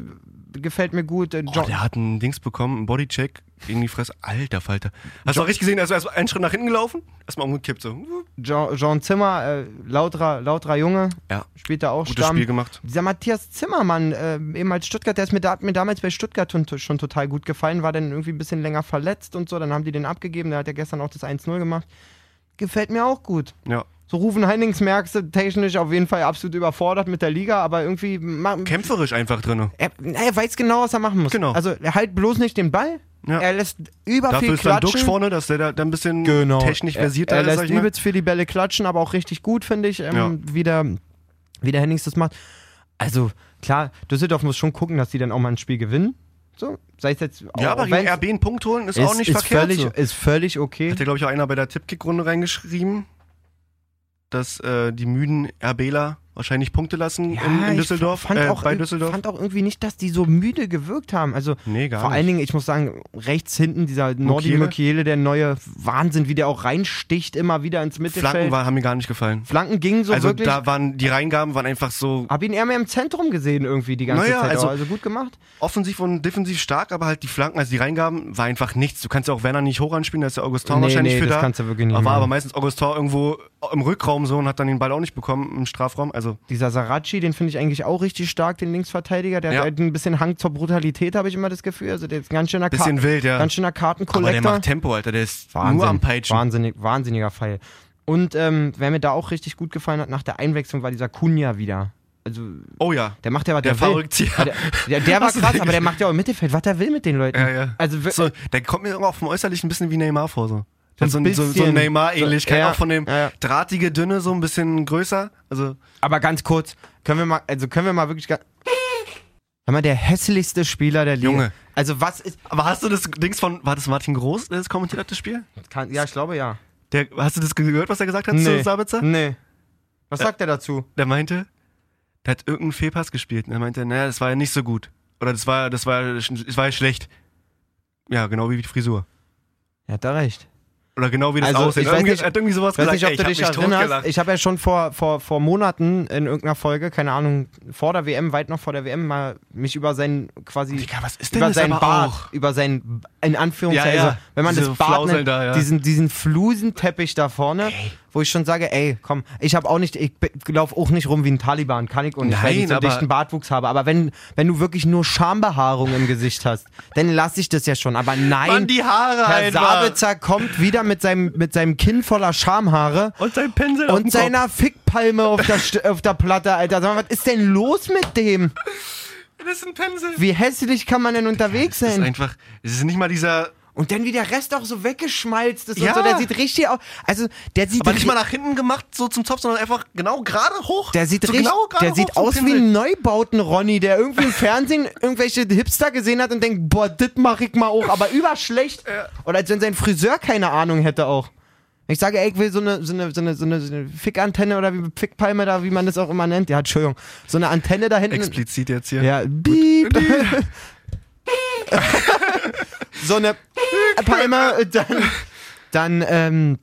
B: gefällt mir gut. Äh,
D: Oh,
B: John,
D: der hat einen Dings bekommen, einen Bodycheck gegen die Fresse. Alter Falter. Hast du auch richtig gesehen, Also er ist erst einen Schritt nach hinten gelaufen, erstmal umgekippt. So.
B: John, John Zimmer, äh, lauterer, lauterer Junge,
D: Ja,
B: spielt da auch
D: gutes
B: Stamm.
D: Spiel gemacht.
B: Dieser Matthias Zimmermann, äh, ehemals Stuttgart, der ist mir, da, hat mir damals bei Stuttgart schon, schon total gut gefallen, war dann irgendwie ein bisschen länger verletzt und so, dann haben die den abgegeben, der hat ja gestern auch das 1-0 gemacht. Gefällt mir auch gut.
D: Ja.
B: So Rufen Heinings merkst du technisch auf jeden Fall absolut überfordert mit der Liga, aber irgendwie ma-
D: Kämpferisch einfach drin.
B: Er, na, er weiß genau, was er machen muss.
D: Genau.
B: Also er halt bloß nicht den Ball.
D: Ja.
B: Er lässt über
D: Dafür
B: viel
D: ist dann Duxch
B: klatschen.
D: vorne, dass der da da ein bisschen technisch
B: Genau. Er-
D: versierter
B: Er
D: ist.
B: lässt
D: sag ich mal.
B: übelst für die Bälle klatschen, aber auch richtig gut, finde ich, ähm,
D: Ja.
B: wie, der, wie der Hennings das macht. Also klar, Düsseldorf muss schon gucken, dass die dann auch mal ein Spiel gewinnen. So, sei es jetzt
D: Ja, aber gegen
B: wenn's-
D: RB einen Punkt holen ist,
B: ist,
D: auch nicht
B: ist
D: verkehrt.
B: Völlig, eh-
D: so.
B: Ist völlig okay.
D: Hat ja, glaube ich, auch einer bei der Tippkick-Runde reingeschrieben, dass äh, die müden RBler wahrscheinlich Punkte lassen in, in Düsseldorf,
B: Ich fand,
D: äh,
B: auch,
D: bei Düsseldorf.
B: fand auch irgendwie nicht, dass die so müde gewirkt haben. Also
D: nee, gar
B: Vor
D: nicht.
B: allen Dingen, ich muss sagen, rechts hinten dieser Nordi Mukiele, der neue Wahnsinn, wie der auch reinsticht, immer wieder ins Mittelfeld.
D: Flanken war, haben mir gar nicht gefallen.
B: Flanken gingen so
D: also
B: wirklich.
D: da waren die Reingaben waren einfach so
B: Hab ihn eher mehr im Zentrum gesehen irgendwie die ganze
D: Naja,
B: Zeit.
D: also-
B: Also, also gut gemacht.
D: offensiv und defensiv stark, aber halt die Flanken, also die Reingaben, war einfach nichts. Du kannst ja auch Werner nicht hoch anspielen, da ist ja Augustin
B: Nee,
D: wahrscheinlich
B: nee,
D: für
B: das
D: da.
B: kannst du wirklich nicht
D: aber, war
B: machen.
D: aber meistens Augustin irgendwo im Rückraum so und hat dann den Ball auch nicht bekommen im Strafraum. Also
B: Dieser Saracchi, den finde ich eigentlich auch richtig stark, den Linksverteidiger. Der
D: Ja.
B: hat halt ein bisschen Hang zur Brutalität, habe ich immer das Gefühl. Also der ist ein ganz schöner, Ka
D: bisschen wild, ja.
B: ganz schöner
D: aber der
B: Kartenkollektor.
D: macht Tempo, Alter, der ist
B: Wahnsinn,
D: nur am Peitschen.
B: Wahnsinnig, wahnsinniger Fall. Und ähm, wer mir da auch richtig gut gefallen hat, nach der Einwechslung war dieser Kunja wieder. Also
D: Oh ja.
B: der macht ja was
D: Der
B: der will.
D: Verrücktzieher.
B: Ja, Der, der, der war
D: Hast du
B: krass,
D: den
B: aber der macht ja auch im Mittelfeld, was er will mit den Leuten.
D: Ja, ja.
B: Also wir-
D: so, der kommt mir auch vom Äußerlichen ein bisschen wie Neymar vor. So, so, so,
B: ein
D: ein- so, so
B: bisschen.
D: Neymar-Ähnlichkeit,
B: So, ja,
D: auch von dem
B: ja, ja.
D: drahtige, dünne, so ein bisschen größer. Also,
B: Aber ganz kurz, können wir mal, also können wir mal wirklich. ga- Sag mal, der hässlichste Spieler der Liga.
D: Junge.
B: Also was ist.
D: aber hast du das Dings von, war das Martin Groß, der das kommentiert hat, das Spiel?
B: Kann, ja, ich glaube ja.
D: Der, hast du das gehört, was er gesagt hat zu Sabitzer?
B: Nee. Was sagt er dazu?
D: Der meinte, der hat irgendeinen Fehlpass gespielt. Und er meinte, naja, das war ja nicht so gut. Oder das war, das war, das war ja schlecht. Ja, genau wie die Frisur.
B: Er hat da recht.
D: Oder genau wie das
B: Also,
D: Aussehen.
B: ich weiß
D: Irgendwie-
B: nicht-
D: er hat irgendwie sowas
B: Ich weiß
D: gesagt.
B: nicht, ob
D: Ey,
B: du
D: ich
B: dich
D: hab mich
B: erinnerst.
D: totgelacht.
B: Ich habe ja schon vor, vor, vor Monaten in irgendeiner Folge, keine Ahnung, vor der WM, weit noch vor der WM, mal mich über seinen quasi.
D: Digga, was ist denn
B: über
D: das
B: seinen
D: aber
B: Bart,
D: auch?
B: über seinen, in Anführungszeichen,
D: Ja, ja.
B: Also, wenn man
D: Diese
B: das Bart
D: Flauseln
B: nennt,
D: da, ja.
B: diesen, diesen Flusenteppich da vorne, wo ich schon sage, ey, komm, ich habe auch nicht, ich laufe auch nicht rum wie ein Taliban, kann ich auch nicht, weil ich
D: Nein,
B: nicht so einen
D: aber-
B: dichten Bartwuchs habe, aber wenn, wenn du wirklich nur Schambehaarung im Gesicht hast, dann lass ich das ja schon, aber nein,
D: Mann, die Haare
B: Herr
D: einfach.
B: Sabitzer kommt wieder mit seinem, mit seinem Kinn voller Schamhaare
D: Und sein Pinsel auf dem
B: und seiner Fickpalme auf der, St- auf der Platte, Alter, sag mal, was ist denn los mit dem?
D: Kopf. Das ist ein Pinsel.
B: Wie hässlich kann man denn unterwegs
D: Das ist
B: sein?
D: einfach, es ist nicht mal dieser,
B: Und dann wie der Rest auch so weggeschmalzt ist
D: Ja.
B: und so, der sieht richtig aus. Also der sieht
D: aber nicht
B: ri-
D: mal nach hinten gemacht, so zum Zopf, sondern einfach genau gerade hoch.
B: der sieht
D: so
B: richtig,
D: genau gerade
B: der
D: hoch
B: sieht
D: zum
B: aus wie
D: Pinsel.
B: ein Neubauten Ronny, der irgendwie im Fernsehen irgendwelche Hipster gesehen hat und denkt, boah, das mach ich mal auch, aber überschlecht. Oder als wenn sein Friseur keine Ahnung hätte auch. Ich sage, ey, ich will so eine, so eine, so eine, so eine, so eine Fickantenne oder wie Fickpalme da, wie man das auch immer nennt. Ja, Entschuldigung. So eine Antenne da hinten.
D: Explizit jetzt hier.
B: Ja, beep. so eine Palme, äh, dann, dann, ähm,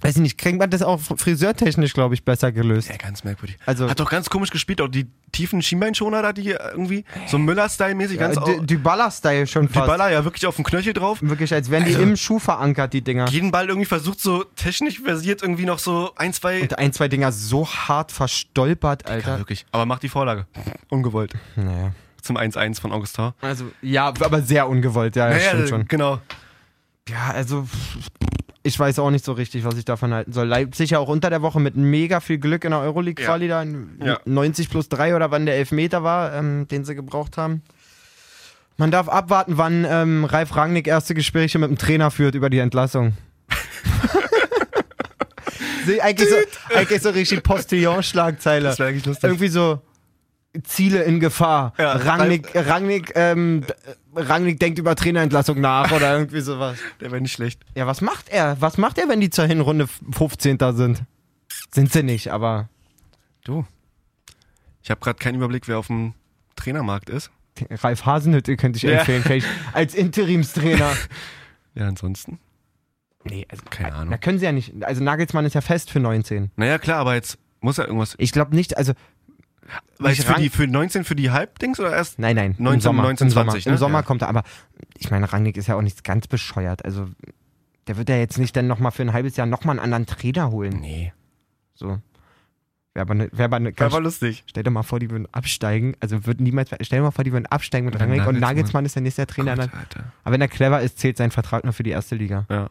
B: weiß ich nicht, kriegt man das auch friseurtechnisch, glaube ich, besser gelöst.
D: Ja, ganz merkwürdig.
B: Also-
D: Hat doch ganz komisch gespielt, auch die tiefen Schienbeinschoner da, die irgendwie so Müller-Style-mäßig ganz
B: Ja,
D: au-
B: D- Dybala-Style Äh, schon
D: Die
B: fast. Hm.
D: Baller ja wirklich auf dem Knöchel drauf.
B: Wirklich, als wären die
D: Also-
B: im Schuh verankert, die Dinger.
D: Jeden Ball irgendwie versucht, so technisch versiert, irgendwie noch so ein, zwei.
B: Und ein, zwei Dinger so hart verstolpert,
D: ja,
B: Alter.
D: wirklich. Aber macht die Vorlage. Ungewollt.
B: Naja.
D: Zum 1-1 von Augustin.
B: Also, ja, aber sehr ungewollt, ja,
D: Naja,
B: stimmt schon.
D: Genau.
B: Ja, also ich weiß auch nicht so richtig, was ich davon halten soll. Leipzig ja auch unter der Woche mit mega viel Glück in der Euroleague-Quali da, in
D: Ja.
B: 90 plus 3 oder wann der Elfmeter war, ähm, den sie gebraucht haben. Man darf abwarten, wann ähm, Ralf Rangnick erste Gespräche mit dem Trainer führt über die Entlassung. Sie- eigentlich, so, eigentlich so richtig Postillon-Schlagzeile.
D: Das wäre eigentlich lustig.
B: Irgendwie so Ziele in Gefahr.
D: Ja,
B: Rangnick, Rangnick, ähm, d- Rangnick denkt über Trainerentlassung nach oder irgendwie sowas.
D: Der wäre nicht schlecht.
B: Ja, was macht er? Was macht er, wenn die zur Hinrunde f- 15. sind? Sind sie nicht, aber
D: Du. Ich habe gerade keinen Überblick, wer auf dem Trainermarkt ist.
B: Ralf Hasenhütte könnte ich
D: Ja.
B: empfehlen, vielleicht als Interimstrainer.
D: Ja, ansonsten.
B: nee, also
D: Keine
B: da
D: Ahnung.
B: können sie ja nicht. Also Nagelsmann ist ja fest für 19.
D: Naja, klar, aber jetzt muss ja irgendwas.
B: Ich glaube nicht, also
D: Weil
B: nicht
D: für
B: Rang-
D: die für 19 für die Halbdings oder erst?
B: nein, nein,
D: 19,
B: im Sommer,
D: 19,
B: im Sommer,
D: 20, ne?
B: im Sommer
D: Ja.
B: kommt er, aber ich meine, Rangnick ist ja auch nichts ganz bescheuert, also der wird ja jetzt nicht dann nochmal für ein halbes Jahr nochmal einen anderen Trainer holen.
D: Nee.
B: So. Wäre aber ne, wär aber ne,
D: War aber lustig.
B: Stell dir mal vor, die würden absteigen. Also würden niemals. Stell dir mal vor, die würden absteigen mit
D: Und dann
B: Rangnick und
D: Nagelsmann.
B: Nagelsmann ist der nächste Trainer.
D: Gott,
B: dann,
D: Alter.
B: aber wenn er clever ist, zählt sein Vertrag nur für die erste Liga.
D: Ja.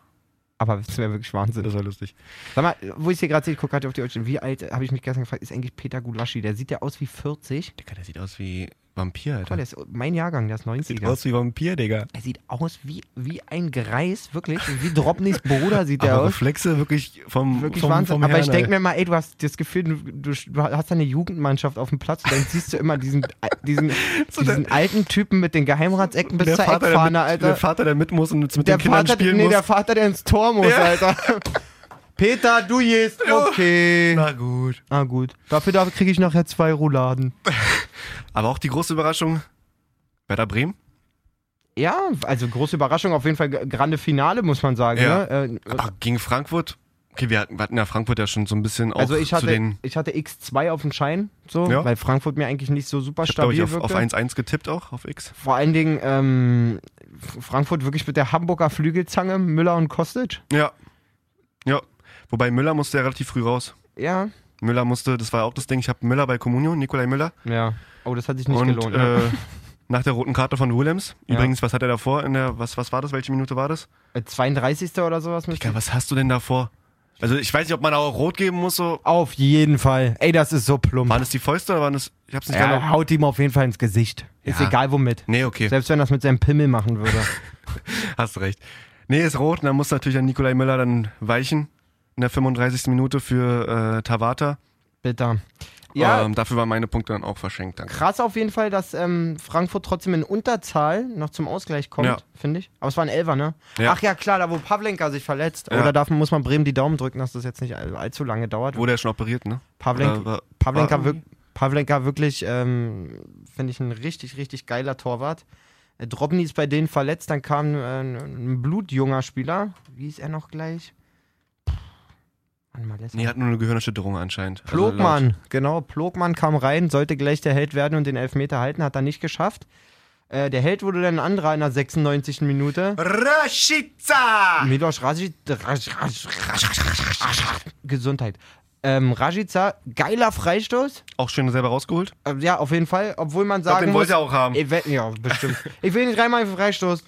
B: Aber das wäre wirklich Wahnsinn.
D: Das war lustig.
B: Sag mal, wo ich hier gerade sehe, ich gucke gerade auf die Deutschen. Wie alt, habe ich mich gestern gefragt, ist eigentlich Peter Gulaschi? Der sieht ja aus wie 40.
D: Digga, der sieht aus wie
B: Guck
D: Vampir,
B: mal,
D: Alter.
B: der ist mein Jahrgang, der ist 90er.
D: wie Vampir, Digga.
B: er sieht aus wie, wie ein Greis, wirklich. Wie Drobnys Bruder sieht der
D: Aber
B: aus.
D: Reflexe wirklich vom
B: Wirklich
D: vom,
B: Wahnsinn.
D: Vom
B: Aber
D: Herrn, halt.
B: ich denke mir
D: Alter.
B: mal, ey, du hast das Gefühl, du, du, du hast eine Jugendmannschaft auf dem Platz und dann siehst du immer diesen, diesen, diesen alten Typen mit den Geheimratsecken bis
D: der
B: zur
D: Vater, der, mit,
B: Eckfahne,
D: der
B: Alter.
D: Vater, der mit muss und mit den
B: Der
D: Kindern
B: Vater,
D: spielen
B: nee,
D: muss.
B: der Vater, der ins Tor muss,
D: Ja.
B: Alter. Peter, du gehst. Okay.
D: Na gut.
B: Ah, gut. Dafür, dafür kriege ich nachher zwei Rouladen.
D: Aber auch die große Überraschung, Werder Bremen.
B: Ja, also große Überraschung, auf jeden Fall g- grande Finale, muss man sagen.
D: Ja.
B: Ne? Äh,
D: Aber Ah, gegen Frankfurt. Okay, wir hatten, wir hatten ja Frankfurt ja schon so ein bisschen auch
B: also ich
D: zu
B: hatte,
D: den,
B: ich hatte X2 auf dem Schein, so,
D: Ja.
B: weil Frankfurt mir eigentlich nicht so super
D: glaube
B: stabil
D: ich, auf,
B: wirkte.
D: auf 1-1 getippt auch, auf X.
B: Vor allen Dingen ähm, F- Frankfurt wirklich mit der Hamburger Flügelzange, Müller und Kostic.
D: Ja. Ja. Wobei Müller musste ja relativ früh raus.
B: Ja.
D: Müller musste, das war ja auch das Ding, ich habe Müller bei Comunio, Nikolai Müller.
B: Ja. Oh, das hat sich nicht
D: und
B: gelohnt. ne?
D: äh, nach der roten Karte von Willems.
B: Ja.
D: Übrigens, was hat er davor in der, was, was war das? Welche Minute war das?
B: Äh, 32. oder sowas müsste
D: Digga, was hast du denn davor? Also ich weiß nicht, ob man da auch rot geben muss, so.
B: Auf jeden Fall. Ey, das ist so plump.
D: Waren es die Fäuste oder waren es. Ich hab's nicht
B: Er
D: genau.
B: haut ihm auf jeden Fall ins Gesicht. Ist
D: Ja.
B: egal womit.
D: Nee, okay.
B: Selbst wenn er das mit seinem Pimmel machen würde.
D: Hast recht. Nee, ist rot. Und dann muss natürlich dann Nikolai Müller dann weichen. In der 35. Minute für äh, Tawata.
B: Bitter. Ja,
D: Ähm, dafür waren meine Punkte dann auch verschenkt. Danke.
B: krass auf jeden Fall, dass ähm, Frankfurt trotzdem in Unterzahl noch zum Ausgleich kommt,
D: Ja.
B: finde ich. Aber es war ein Elfer, ne?
D: Ja.
B: Ach ja, klar, da wo Pavlenka sich verletzt.
D: Ja.
B: Oder darf, muss man Bremen die Daumen drücken, dass das jetzt nicht all, allzu lange dauert.
D: Wurde ja schon operiert, ne?
B: Pavlenk,
D: Oder war-
B: Pavlenka,
D: war-
B: wirk, Pavlenka wirklich, ähm, finde ich, ein richtig, richtig geiler Torwart. Äh, Drobny ist bei denen verletzt, dann kam äh, ein, ein blutjunger Spieler. Wie ist er noch gleich? Mann, mal lässt-
D: Nee, hat nur eine Gehirnerschütterung anscheinend. Also laut-
B: Plogmann, genau. Plogmann kam rein, sollte gleich der Held werden und den Elfmeter halten, hat er nicht geschafft. Äh, der Held wurde dann ein anderer in der 96. Minute.
D: Rashica!
B: Milos Rajic. Raj, Raj, Gesundheit. Ähm, Rajica, geiler Freistoß.
D: Auch schön selber rausgeholt.
B: Äh, Ja, auf jeden Fall, obwohl man
D: Ich glaub,
B: sagen
D: den
B: muss.
D: wollte er auch haben. Äh.
B: Ich we- ja, bestimmt. Ich will nicht dreimal für Freistoß.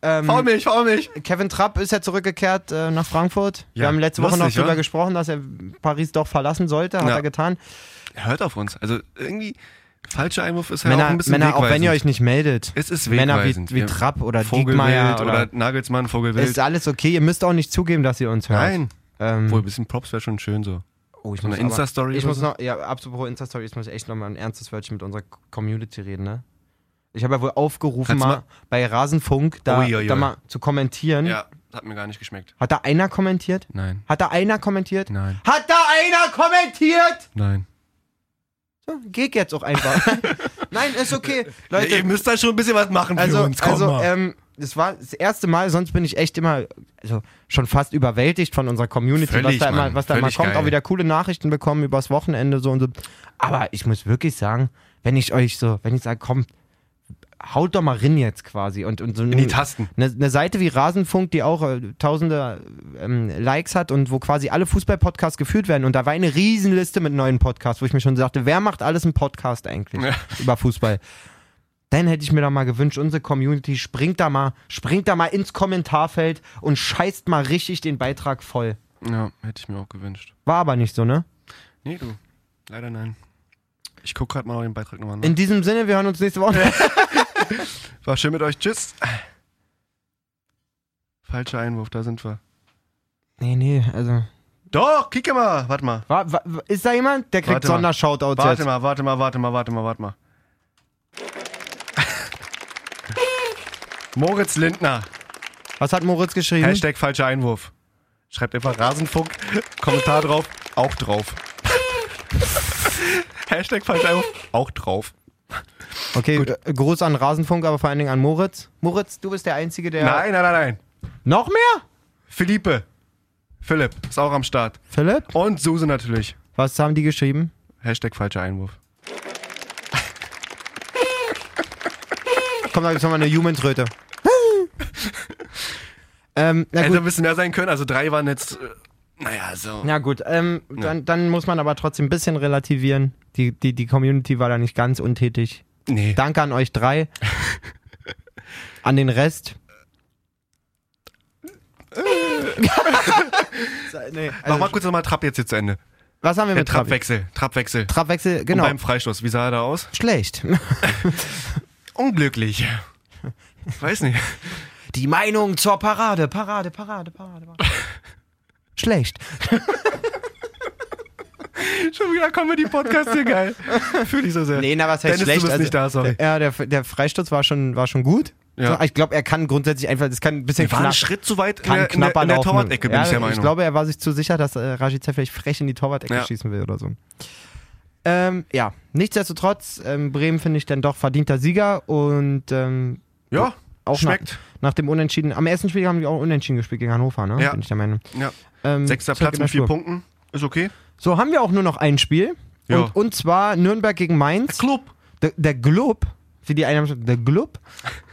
D: Faul mich, faul mich.
B: Kevin Trapp ist ja zurückgekehrt äh, nach Frankfurt. Wir
D: Ja,
B: haben letzte Woche noch
D: lustig,
B: drüber
D: wa?
B: gesprochen, dass er Paris doch verlassen sollte. Hat
D: Ja.
B: er getan.
D: Er hört auf uns. Also irgendwie, Falscher Einwurf ist ja auch
B: Männer,
D: ein bisschen
B: Männer auch wenn ihr
D: wegweisend.
B: euch nicht meldet.
D: Es ist
B: Männer wie,
D: wegweisend,
B: wie
D: ja.
B: Trapp oder
D: Vogelwild
B: Diekmeyer
D: oder,
B: oder,
D: Nagelsmann, Vogelwild.
B: Ist alles okay. Ihr müsst auch nicht zugeben, dass ihr uns hört.
D: Nein.
B: Ähm,
D: Obwohl, ein bisschen Props wäre schon schön so.
B: oh, ich
D: so eine
B: aber-
D: Insta-Story
B: Ich
D: oder
B: muss
D: so?
B: noch, ja, apropos Insta-Story, ich muss echt nochmal ein ernstes Wörtchen mit unserer Community reden, ne? Ich habe ja wohl aufgerufen,
D: Kannst du
B: mal,
D: mal-
B: bei Rasenfunk da,
D: Uiuiui.
B: da mal zu kommentieren.
D: Ja, hat mir gar nicht geschmeckt.
B: Hat da einer kommentiert?
D: Nein,
B: Hat da einer kommentiert?
D: nein,
B: Hat da einer kommentiert?
D: nein.
B: So, geht jetzt auch einfach. Nein, ist okay. Leute,
D: ihr müsst da schon ein bisschen was machen für
B: also,
D: uns. Komm
B: also
D: mal.
B: ähm, das war das erste Mal, sonst bin ich echt immer also schon fast überwältigt von unserer Community, was
D: Völlig,
B: da immer,
D: Mann,
B: was da immer
D: völlig
B: kommt, auch
D: geil.
B: wieder coole Nachrichten bekommen übers Wochenende so und so. Aber ich muss wirklich sagen, wenn ich euch so, wenn ich sage, kommt, haut doch mal rin jetzt quasi und, und so
D: In die Tasten.
B: eine, eine Seite wie Rasenfunk, die auch äh, tausende ähm, Likes hat und wo quasi alle Fußball-Podcasts geführt werden. Und da war eine Riesenliste mit neuen Podcasts, wo ich mir schon sagte, wer macht alles einen Podcast eigentlich
D: Ja.
B: über Fußball? Dann hätte ich mir doch mal gewünscht, unsere Community springt da mal, springt da mal ins Kommentarfeld und scheißt mal richtig den Beitrag voll.
D: Ja, hätte ich mir auch gewünscht.
B: War aber nicht so, ne?
D: Nee, du. Leider nein. Ich gucke gerade mal den Beitrag nochmal an.
B: In diesem Sinne, wir hören uns nächste Woche.
D: War schön mit euch. Tschüss. Falscher Einwurf, da sind wir.
B: Nee, nee, also.
D: Doch, kick mal. Warte mal.
B: Wa, wa, ist da jemand? Der kriegt
D: Warte mal.
B: Sondershoutouts jetzt.
D: Warte mal, warte mal, warte mal, warte mal, warte mal. Moritz Lindner.
B: Was hat Moritz geschrieben?
D: Hashtag falscher Einwurf. Schreibt einfach Rasenfunk. Kommentar drauf. Auch drauf. Hashtag falscher Einwurf. Auch drauf.
B: Okay, äh, Gruß an Rasenfunk, aber vor allen Dingen an Moritz. Moritz, du bist der Einzige, der.
D: Nein, nein, nein, nein.
B: Noch mehr?
D: Philippe. Philipp ist auch am Start.
B: Philipp?
D: Und Suse natürlich.
B: Was haben die geschrieben?
D: Hashtag falscher Einwurf.
B: Komm, da gibt's nochmal eine Human-Tröte. ähm, na
D: Hätte
B: gut.
D: ein bisschen mehr sein können. Also drei waren jetzt. äh, Naja, so.
B: Na gut, ähm, dann, dann muss man aber trotzdem ein bisschen relativieren. Die, die, die Community war da nicht ganz untätig.
D: Nee.
B: Danke an euch drei. An den Rest. nee,
D: Mach mal
B: also,
D: kurz nochmal Trapp jetzt hier zu Ende.
B: was haben wir
D: Der
B: mit Trapp?
D: Trappwechsel. Trappwechsel.
B: Trappwechsel,
D: Und
B: genau.
D: Beim Freistoß. Wie sah er da aus?
B: Schlecht.
D: Unglücklich. Weiß nicht.
B: Die Meinung zur Parade, Parade, Parade, Parade. Parade. Schlecht.
D: Schon wieder Comedy-Podcast hier geil. Fühle ich so sehr.
B: Nee, na, was heißt
D: Dennis,
B: schlecht?
D: du bist
B: Also,
D: nicht da, sorry.
B: der- Ja, der, der Freisturz war schon, war schon gut.
D: Ja.
B: So, Ich glaube, er kann grundsätzlich einfach, das kann ein bisschen
D: Wir waren einen
B: knapp,
D: Schritt zu weit in
B: kann
D: der, in der,
B: knapper
D: in der
B: laufen.
D: Torwart-Ecke, bin
B: ja,
D: ich der Meinung.
B: Ich glaube, er war sich zu sicher, dass äh, Rajica vielleicht frech in die Torwart-Ecke
D: Ja.
B: schießen will oder so. Ähm, ja, nichtsdestotrotz, ähm, Bremen finde ich dann doch verdienter Sieger und ähm,
D: ja,
B: auch
D: schmeckt.
B: Nach, nach dem Unentschieden. Am ersten Spiel haben die auch unentschieden gespielt gegen Hannover, ne?
D: Ja.
B: Bin ich der Meinung.
D: Ja.
B: Ähm,
D: Sechster
B: zurück
D: Platz
B: in der
D: mit vier
B: Spur.
D: Punkten. Ist okay.
B: So, haben wir auch nur noch ein Spiel.
D: Ja.
B: Und, und zwar Nürnberg gegen Mainz.
D: Club.
B: Der, der Glob, wie die einen haben gesagt, der Glob,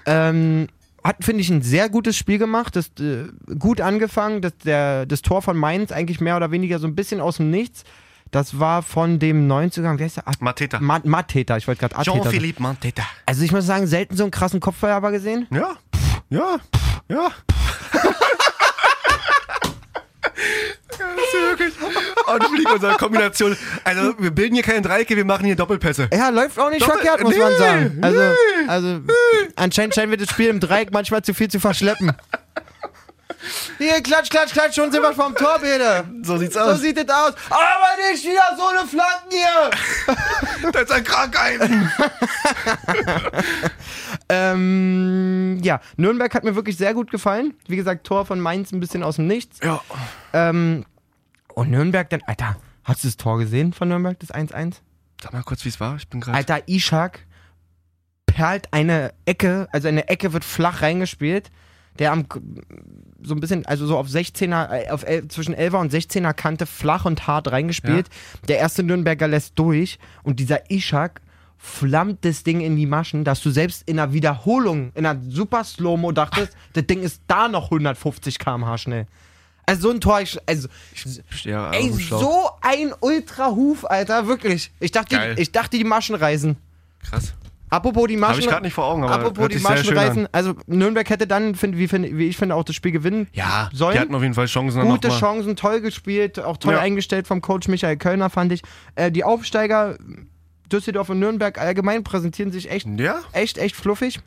B: ähm, hat, finde ich, ein sehr gutes Spiel gemacht. Das, äh, gut angefangen. Das, der, das Tor von Mainz eigentlich mehr oder weniger so ein bisschen aus dem Nichts. Das war von dem 90er, wie heißt der? At-
D: Mateta.
B: Ma- Mateta, ich wollte gerade Ateta. sagen.
D: Jean-Philippe Mateta.
B: Also ich muss sagen, selten so einen krassen Kopfball aber gesehen.
D: Ja. Ja. Ja. Ja, das ist wirklich- Und flieg unsere Kombination. Also, wir bilden hier keine Dreiecke, wir machen hier Doppelpässe.
B: Ja, läuft auch nicht
D: Doch,
B: verkehrt, muss
D: nee,
B: man sagen. Also,
D: nee,
B: also anscheinend scheinen wir das Spiel im Dreieck manchmal zu viel zu verschleppen. Hier, klatsch, klatsch, klatsch, schon sind wir vom Tor, Bede.
D: So sieht's
B: So
D: aus.
B: sieht es aus. Aber nicht wieder so eine Flanken hier.
D: da ist ein Krankheiten.
B: Ähm, ja, Nürnberg hat mir wirklich sehr gut gefallen. Wie gesagt, Tor von Mainz ein bisschen aus dem Nichts.
D: Ja.
B: Ähm, und Nürnberg dann, Alter, hast du das Tor gesehen von Nürnberg, das 1-1?
D: Sag mal kurz, wie es war. Ich bin gerade.
B: Alter, Ishak perlt eine Ecke, also eine Ecke wird flach reingespielt, der am so ein bisschen, also so auf 16er, äh, auf el, zwischen 11er und 16er Kante flach und hart reingespielt. Der erste Nürnberger lässt durch und dieser Ishak flammt das Ding in die Maschen, dass du selbst in einer Wiederholung, in einer super Slow-Mo dachtest, das Ding ist da noch 150 km/h schnell. Also so ein Tor, ich, also
D: Ja, also
B: Ey,
D: auf dem Schlauch.
B: so ein Ultrahuf, Alter, wirklich. Ich dachte,
D: Geil.
B: ich dachte die Maschen reißen.
D: Krass.
B: Apropos die Maschen.
D: Hab ich grad nicht vor Augen, aber
B: apropos
D: hört
B: die
D: sich sehr
B: Maschen
D: schön an.
B: reißen. Also Nürnberg hätte dann, find, wie, find, wie ich finde, auch das Spiel gewinnen
D: Ja, die hatten
B: sollen.
D: auf jeden Fall Chancen. dann
B: Gute
D: noch mal.
B: Chancen, toll gespielt, auch toll
D: Ja.
B: eingestellt vom Coach Michael Kölner, fand ich. Äh, die Aufsteiger Düsseldorf und Nürnberg allgemein präsentieren sich echt,
D: Ja,
B: echt, echt fluffig.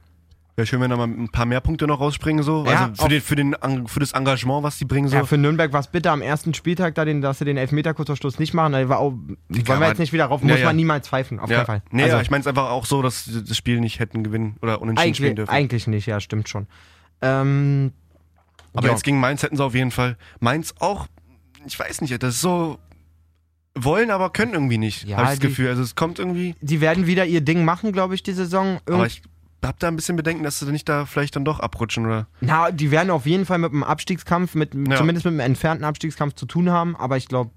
D: wäre schön, wenn da mal ein paar mehr Punkte noch rausspringen, so.
B: Ja,
D: also
B: auf-
D: für, den, für, den, Eng- für das Engagement, was die bringen, so.
B: Ja, für Nürnberg war es bitter am ersten Spieltag, da den, dass sie den Elfmeter kurz vor Schluss nicht machen. Da war auch, wollen wir
D: aber-
B: jetzt nicht wieder rauf,
D: Ja,
B: muss
D: ja.
B: man niemals pfeifen, auf
D: ja.
B: keinen Fall.
D: Nee,
B: also,
D: ja, ich meine es einfach auch so, dass sie das Spiel nicht hätten gewinnen oder unentschieden spielen
B: eigentlich,
D: dürfen.
B: eigentlich nicht, ja, stimmt schon. Ähm,
D: Aber
B: ja.
D: jetzt gegen Mainz hätten sie auf jeden Fall. Mainz auch, ich weiß nicht, das ist so. Wollen, aber können irgendwie nicht,
B: Ja,
D: habe ich das
B: die-
D: Gefühl. Also es kommt irgendwie.
B: die werden wieder ihr Ding machen, glaube ich, die Saison. Irgend-
D: Aber ich hab da ein bisschen Bedenken, dass sie nicht da vielleicht dann doch abrutschen, oder?
B: Na, die werden auf jeden Fall mit einem Abstiegskampf, mit,
D: Ja.
B: zumindest mit einem entfernten Abstiegskampf zu tun haben, aber ich glaube,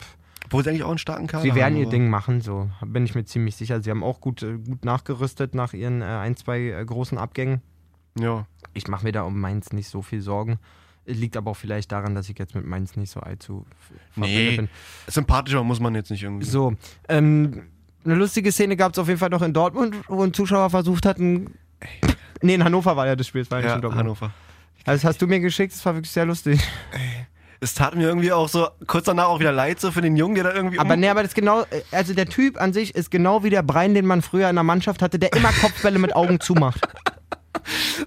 D: Obwohl sie eigentlich auch einen starken Kader
B: sie werden
D: haben,
B: ihr
D: aber-
B: Ding machen, so bin ich mir ziemlich sicher. Sie haben auch gut, äh, gut nachgerüstet nach ihren äh, ein, zwei äh, großen Abgängen.
D: Ja.
B: Ich mache mir da um Mainz nicht so viel Sorgen. Liegt aber auch vielleicht daran, dass ich jetzt mit Mainz nicht so allzu f- verbindet
D: Nee,
B: bin.
D: sympathischer muss man jetzt nicht irgendwie.
B: So, ähm, eine lustige Szene gab es auf jeden Fall noch in Dortmund, wo ein Zuschauer versucht hat, ein. Nee, in Hannover war ja das Spiel, es war ja, nicht
D: ja,
B: in Dortmund.
D: Hannover.
B: Also, das hast du mir geschickt, das war wirklich sehr lustig.
D: Es tat mir irgendwie auch so kurz danach auch wieder leid, so für den Jungen, der da irgendwie.
B: Aber
D: um-
B: nee, aber das genau, also der Typ an sich ist genau wie der Brein, den man früher in der Mannschaft hatte, der immer Kopfbälle mit Augen zumacht.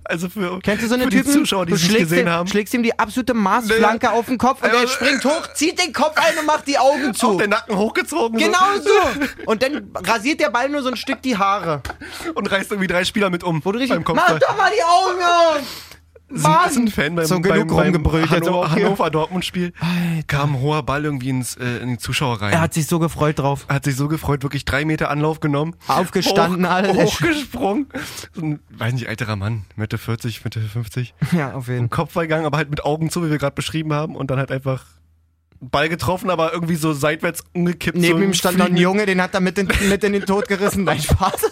D: also für,
B: Kennst du so eine
D: für
B: Typen,
D: die Zuschauer, die
B: du
D: es nicht
B: schlägst,
D: gesehen
B: den,
D: haben?
B: schlägst ihm die absolute Maßflanke auf den Kopf und
D: Ja,
B: er
D: aber-
B: springt hoch, zieht den Kopf ein und macht die Augen
D: Auch
B: zu.
D: den Nacken hochgezogen so,
B: Genau so. Und dann rasiert der Ball nur so ein Stück die Haare.
D: und reißt irgendwie drei Spieler mit um.
B: Wo du richtig,
D: beim Kopfball.
B: mach doch mal die Augen auf!
D: Mann! Ist ein
B: Mann!
D: Fan beim,
B: So
D: beim,
B: genug rumgebrüllt jetzt, aber
D: Hannover,
B: okay. Ah.
D: Hannover Dortmund Spiel. Kam ein hoher Ball irgendwie ins, äh, in die Zuschauer rein.
B: Er hat sich so gefreut drauf.
D: hat sich so gefreut, wirklich drei Meter Anlauf genommen.
B: Aufgestanden,
D: hoch,
B: alles.
D: Hochgesprungen. So ein, weiß nicht, älterer Mann, Mitte 40, Mitte 50.
B: Ja, auf jeden Fall.
D: Kopfballgang, aber halt mit Augen zu, wie wir gerade beschrieben haben. Und dann halt einfach Ball getroffen, aber irgendwie so seitwärts umgekippt.
B: Neben
D: so
B: ihm stand noch ein
D: fliegend-
B: Junge, den hat er mit in, mit in den Tod gerissen, dein Spaß.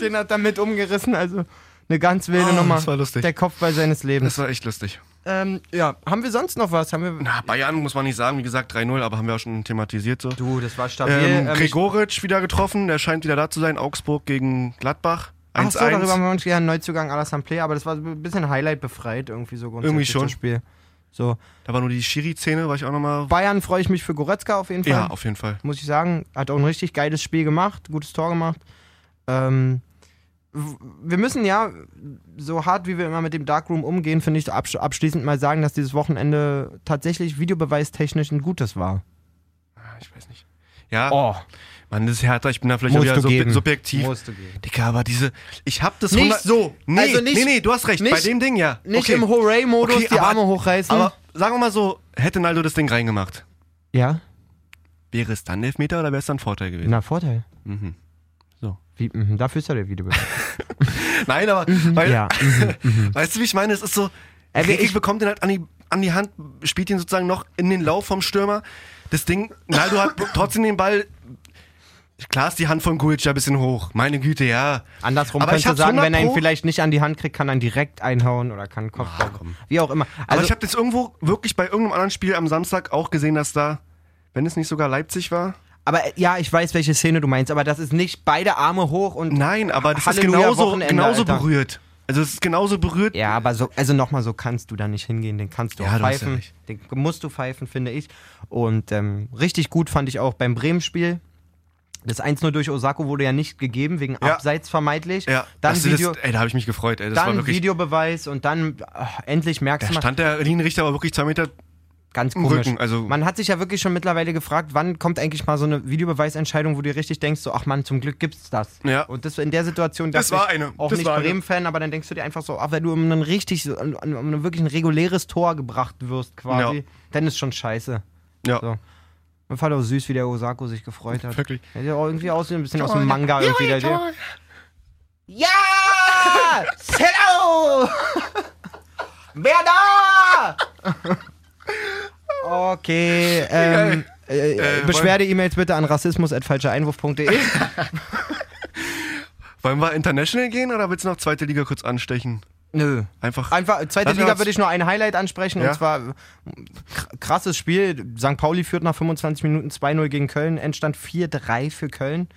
B: den hat er mit umgerissen, also eine ganz wilde
D: Ah,
B: Nummer.
D: das war lustig.
B: Der Kopfball seines Lebens.
D: Das war echt lustig.
B: Ähm, ja, haben wir sonst noch was? Haben wir.
D: Na, Bayern muss man nicht sagen, wie gesagt, 3-0, aber haben wir auch schon thematisiert so.
B: Du, das war stabil.
D: Ähm,
B: Ähm, ich-
D: Gregoritsch wieder getroffen, der scheint wieder da zu sein. Augsburg gegen Gladbach. 1-1.
B: Ach so, darüber haben wir uns ja einen Neuzugang Alassane Play, aber das war so ein bisschen Highlight befreit, irgendwie so grundsätzlich
D: Irgendwie schon.
B: das Spiel. So.
D: da war nur die Schiri-Szene, war ich auch nochmal.
B: Bayern freue ich mich für Goretzka auf jeden Fall.
D: Ja, auf jeden Fall.
B: muss ich sagen. Hat auch ein richtig geiles Spiel gemacht, gutes Tor gemacht. Ähm, w- wir müssen ja, so hart wie wir immer mit dem Darkroom umgehen, finde ich absch abschließend mal sagen, dass dieses Wochenende tatsächlich videobeweistechnisch ein gutes war.
D: Ah, Ich weiß nicht. Ja,
B: Oh,
D: Mann, das ist härter. Ich bin da vielleicht auch
B: Musst
D: wieder
B: du
D: sub
B: geben.
D: subjektiv.
B: musst du gehen.
D: Digga, aber diese. Ich hab das.
B: Nicht
D: 100
B: so.
D: Nee,
B: Also nicht-
D: nee, nee, du hast recht. Bei
B: nicht-
D: dem Ding ja.
B: Nicht
D: okay.
B: im Hooray-Modus
D: Okay,
B: die
D: aber-
B: Arme hochreißen.
D: Aber sagen wir mal so, hätte Naldo das Ding reingemacht,
B: ja,
D: wäre es dann Elfmeter oder wäre es dann Vorteil gewesen?
B: na, Vorteil.
D: Mhm. So.
B: Wie, mhm, dafür ist ja der Videobeweis.
D: Nein, aber. Weil,
B: Mhm. ja.
D: Weißt du, wie ich meine? Es ist so.
B: Ey, wir-
D: Krieg
B: ich-
D: bekommt den halt an die, an die Hand, spielt ihn sozusagen noch in den Lauf vom Stürmer. Das Ding, Naldo hat trotzdem den Ball. Klar ist die Hand von Gulic ja ein bisschen hoch. Meine Güte, ja.
B: Andersrum
D: Aber ich
B: kannst du
D: hab's
B: sagen, wenn er ihn
D: 100 Pro-
B: vielleicht nicht an die Hand kriegt, kann er ihn direkt einhauen oder kann Kopf.
D: Ah, komm.
B: wie auch immer.
D: Aber
B: Also,
D: ich habe das irgendwo wirklich bei irgendeinem anderen Spiel am Samstag auch gesehen, dass da, wenn es nicht sogar Leipzig war.
B: Aber äh, ja, ich weiß, welche Szene du meinst, aber das ist nicht beide Arme hoch und.
D: Nein, aber das
B: Halleluja,
D: ist genauso,
B: Wochenende,
D: genauso
B: Alter.
D: berührt. Also es ist genauso berührt.
B: Ja, aber so, also nochmal, so kannst du da nicht hingehen, den kannst du
D: Ja,
B: auch
D: du hast ja
B: pfeifen.
D: recht.
B: den musst du pfeifen, finde ich. Und ähm, richtig gut fand ich auch beim Bremen-Spiel. Das 1-0 durch Osako wurde ja nicht gegeben, wegen
D: Ja.
B: Abseits vermeidlich.
D: Ja,
B: dann
D: dass du
B: Video,
D: das, ey, da habe ich mich gefreut. Ey, das war
B: dann
D: wirklich,
B: Videobeweis und dann ach, endlich merkst
D: da
B: du mal,
D: stand der Linienrichter aber wirklich zwei Meter.
B: ganz
D: im
B: komisch.
D: Rücken, also-
B: Man hat sich ja wirklich schon mittlerweile gefragt, wann kommt eigentlich mal so eine Videobeweisentscheidung, wo du richtig denkst, so, ach Mann, zum Glück gibt's das.
D: Ja.
B: Und das in der Situation
D: Das
B: dachte
D: war
B: ich
D: eine,
B: auch
D: das
B: nicht
D: war eine.
B: Bremen-Fan, aber dann denkst du dir einfach so, ach, wenn du um ein richtig, so- um, um ein wirklich ein reguläres Tor gebracht wirst quasi,
D: Ja.
B: dann ist schon scheiße.
D: Ja,
B: So. Und fand auch süß, wie der Osako sich gefreut hat.
D: wirklich.
B: Er sieht auch irgendwie aus wie ein bisschen aus dem Manga irgendwie der Typ. Ja! Hello! Wer da? Okay, ähm, äh,
D: Äh,
B: Beschwerde-E-Mails bitte an rassismus.falschereinwurf.de.
D: Wollen wir international gehen oder willst du noch zweite Liga kurz anstechen?
B: Nö.
D: Einfach.
B: Einfach, zweite
D: Lass
B: Liga
D: uns-
B: würde ich nur ein Highlight ansprechen,
D: Ja.
B: und zwar äh, kr- krasses Spiel. St. Pauli führt nach 25 Minuten 2-0 gegen Köln, Endstand 4-3 für Köln.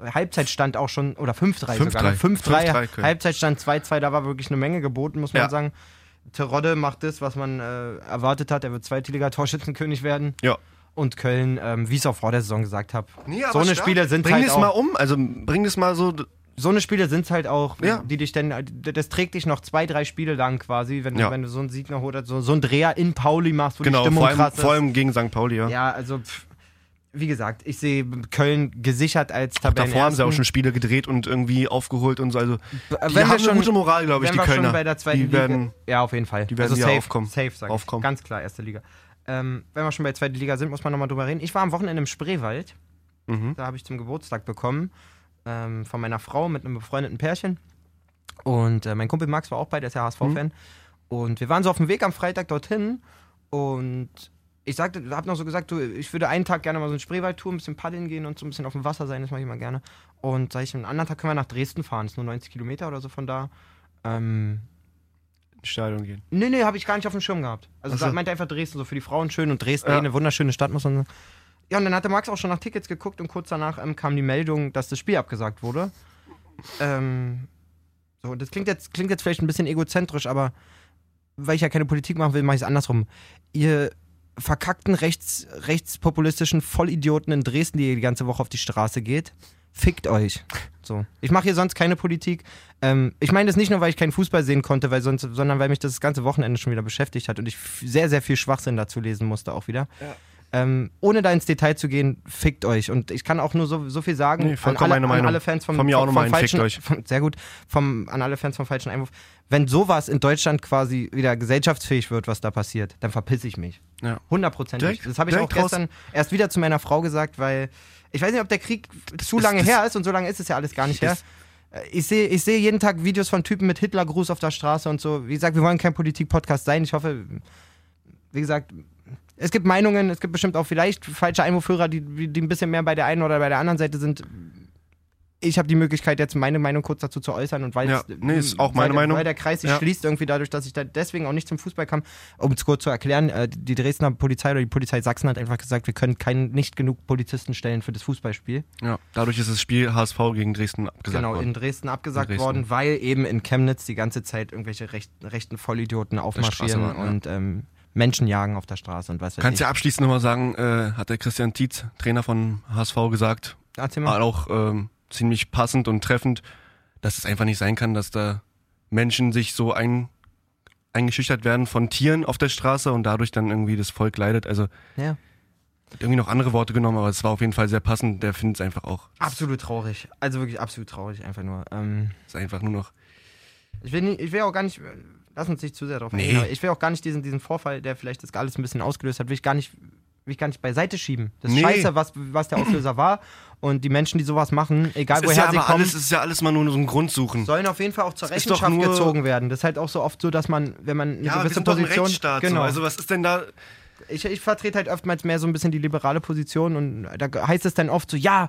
B: Halbzeitstand auch schon, oder 5-3 sogar.
D: 5-3.
B: 5-3,
D: 5-3 Köln.
B: Halbzeitstand 2-2, da war wirklich eine Menge geboten, muss man
D: Ja.
B: sagen. Terodde macht das, was man äh, erwartet hat, er wird Zweitliga-Torschützenkönig werden.
D: Ja.
B: und Köln, ähm, wie ich es auch vor der Saison gesagt habe.
D: Nee, aber
B: so eine
D: stark.
B: Spiele sind
D: bring
B: halt
D: das
B: auch,
D: mal um, also bring das mal so.
B: so eine Spiele sind halt auch,
D: Ja.
B: die dich dann, das trägt dich noch zwei, drei Spiele lang quasi, wenn du,
D: Ja.
B: wenn du so einen Sieg noch oder so, so einen Dreher in Pauli machst, wo die
D: Genau,
B: Stimmung
D: vor allem,
B: krass ist.
D: vor allem gegen St. Pauli, ja.
B: Ja, also pff, wie gesagt, ich sehe Köln gesichert als Tabellen.
D: Davor haben sie auch schon Spiele gedreht und irgendwie aufgeholt und so. Also, die
B: Äh, wenn wir
D: haben eine
B: schon-
D: gute Moral, glaube ich,
B: wenn
D: die
B: wir
D: Kölner.
B: schon bei der zweiten
D: die werden,
B: Liga. Ja, auf jeden Fall. Die
D: werden
B: also
D: wieder
B: safe,
D: aufkommen.
B: Safe, sag
D: Aufkommen.
B: ich. Ganz klar, erste Liga. Ähm, wenn wir schon bei zweiter Liga sind, muss man nochmal drüber reden. Ich war am Wochenende im Spreewald. Da habe ich zum Geburtstag bekommen. Ähm, von meiner Frau mit einem befreundeten Pärchen. Und äh, mein Kumpel Max war auch bei, der ist ja HSV-Fan. Und wir waren so auf dem Weg am Freitag dorthin. Und ich sagte, hab noch so gesagt, du, ich würde einen Tag gerne mal so einen Spreewaldtour, ein bisschen paddeln gehen und so ein bisschen auf dem Wasser sein, das mache ich immer gerne. Und sag ich, einen anderen Tag können wir nach Dresden fahren, ist nur 90 Kilometer oder so von da. Ähm,
D: ins Stadion gehen.
B: nee, nee, habe ich gar nicht auf dem Schirm gehabt. Also
D: Ach so.
B: da meinte einfach Dresden so für die Frauen schön und Dresden
D: Ja.
B: eh eine wunderschöne Stadt muss man sagen. Ja, und dann hatte Max auch schon nach Tickets geguckt und kurz danach ähm, kam die Meldung, dass das Spiel abgesagt wurde. Ähm, so, das klingt jetzt, klingt jetzt vielleicht ein bisschen egozentrisch, aber weil ich ja keine Politik machen will, mache ich es andersrum. Ihr verkackten rechts, rechtspopulistischen Vollidioten in Dresden, die ihr die ganze Woche auf die Straße geht, fickt euch. So. Ich mache hier sonst keine Politik. Ähm, ich meine das nicht nur, weil ich keinen Fußball sehen konnte, weil sonst, sondern weil mich das ganze Wochenende schon wieder beschäftigt hat und ich f- sehr, sehr viel Schwachsinn dazu lesen musste auch wieder. Ähm, ohne da ins Detail zu gehen, fickt euch. Und ich kann auch nur so, so viel sagen
D: Nee,
B: an,
D: vollkommen
B: alle,
D: meine
B: an
D: Meinung.
B: alle Fans vom,
D: Von mir auch
B: vom,
D: nochmal
B: vom
D: ein Fickt
B: falschen,
D: euch.
B: Von, sehr gut. Vom, an alle Fans vom falschen Einwurf. Wenn sowas in Deutschland quasi wieder gesellschaftsfähig wird, was da passiert, dann verpiss ich mich.
D: Ja.
B: Hundertprozentig.
D: Direkt-
B: Das habe ich auch
D: direkt raus.
B: gestern erst wieder zu meiner Frau gesagt, weil ich weiß nicht, ob der Krieg zu lange
D: das-
B: her ist und so lange ist es ja alles gar nicht her. Äh, Ich sehe ich sehe jeden Tag Videos von Typen mit Hitlergruß auf der Straße und so. Wie gesagt, wir wollen kein Politik-Podcast sein. Ich hoffe, wie gesagt, es gibt Meinungen, es gibt bestimmt auch vielleicht falsche Einwurfhörer, die, die ein bisschen mehr bei der einen oder bei der anderen Seite sind. Ich habe die Möglichkeit, jetzt meine Meinung kurz dazu zu äußern und weil,
D: Ja,
B: es-
D: nee, ist auch meine
B: weil,
D: Meinung.
B: weil der Kreis sich
D: Ja.
B: schließt irgendwie dadurch, dass ich da deswegen auch nicht zum Fußball kam, um es kurz zu erklären, äh, die Dresdner Polizei oder die Polizei Sachsen hat einfach gesagt, wir können kein, nicht genug Polizisten stellen für das Fußballspiel.
D: Ja. Dadurch ist das Spiel HSV gegen Dresden abgesagt
B: genau, in
D: worden.
B: Dresden abgesagt
D: In Dresden.
B: worden, weil eben in Chemnitz die ganze Zeit irgendwelche recht, rechten Vollidioten aufmarschieren
D: waren, ja.
B: und ähm, Menschen jagen auf der Straße und was weiß
D: Kannst
B: ich.
D: ja abschließend nochmal sagen, äh, hat der Christian Tietz, Trainer von HSV, gesagt,
B: Erzähl mal.
D: war auch ähm, ziemlich passend und treffend, dass es einfach nicht sein kann, dass da Menschen sich so ein, eingeschüchtert werden von Tieren auf der Straße und dadurch dann irgendwie das Volk leidet. Also
B: Ja.
D: hat irgendwie noch andere Worte genommen, aber es war auf jeden Fall sehr passend. Der findet es einfach auch.
B: Absolut traurig. Also wirklich absolut traurig, einfach nur. Ähm,
D: Es ist einfach nur noch.
B: ich, will nie, ich will auch gar nicht, lass uns nicht zu sehr drauf
D: Nee.
B: eingehen, aber ich will auch gar nicht diesen, diesen Vorfall, der vielleicht das alles ein bisschen ausgelöst hat, will ich gar nicht, will ich gar nicht beiseite schieben. Das ist
D: Nee.
B: scheiße, was, was der Auslöser war. Und die Menschen, die sowas machen, egal
D: Es ist
B: Ah, woher
D: ja
B: sie
D: aber
B: kommen,
D: alles, es ist ja alles mal nur so ein Grundsuchen.
B: sollen auf jeden Fall auch zur
D: Es ist doch
B: Rechenschaft
D: nur-
B: gezogen werden. Das ist halt auch so oft so, dass man, wenn man eine
D: ja, wir
B: gewisse
D: sind doch ein
B: Position.
D: Rechtsstaat. Genau. So.
B: genau.
D: Also was ist denn da?
B: ich, ich vertrete halt oftmals mehr so ein bisschen die liberale Position und da heißt es dann oft so, ja,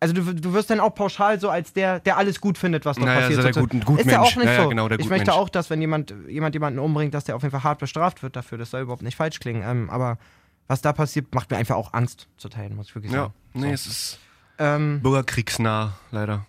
B: also du, du wirst dann auch pauschal so als der, der alles gut findet, was da
D: Naja,
B: passiert.
D: so der
B: sozusagen.
D: Guten- Gutmensch.
B: Ist ja auch nicht
D: Ja, ja,
B: so.
D: genau, der
B: ich möchte
D: Gutmensch.
B: auch, dass wenn jemand, jemand jemanden umbringt, dass der auf jeden Fall hart bestraft wird dafür. Das soll überhaupt nicht falsch klingen. Ähm, aber was da passiert, macht mir einfach auch Angst zu teilen, muss ich wirklich
D: Ja,
B: sagen.
D: nee, es ist
B: Ähm,
D: bürgerkriegsnah leider.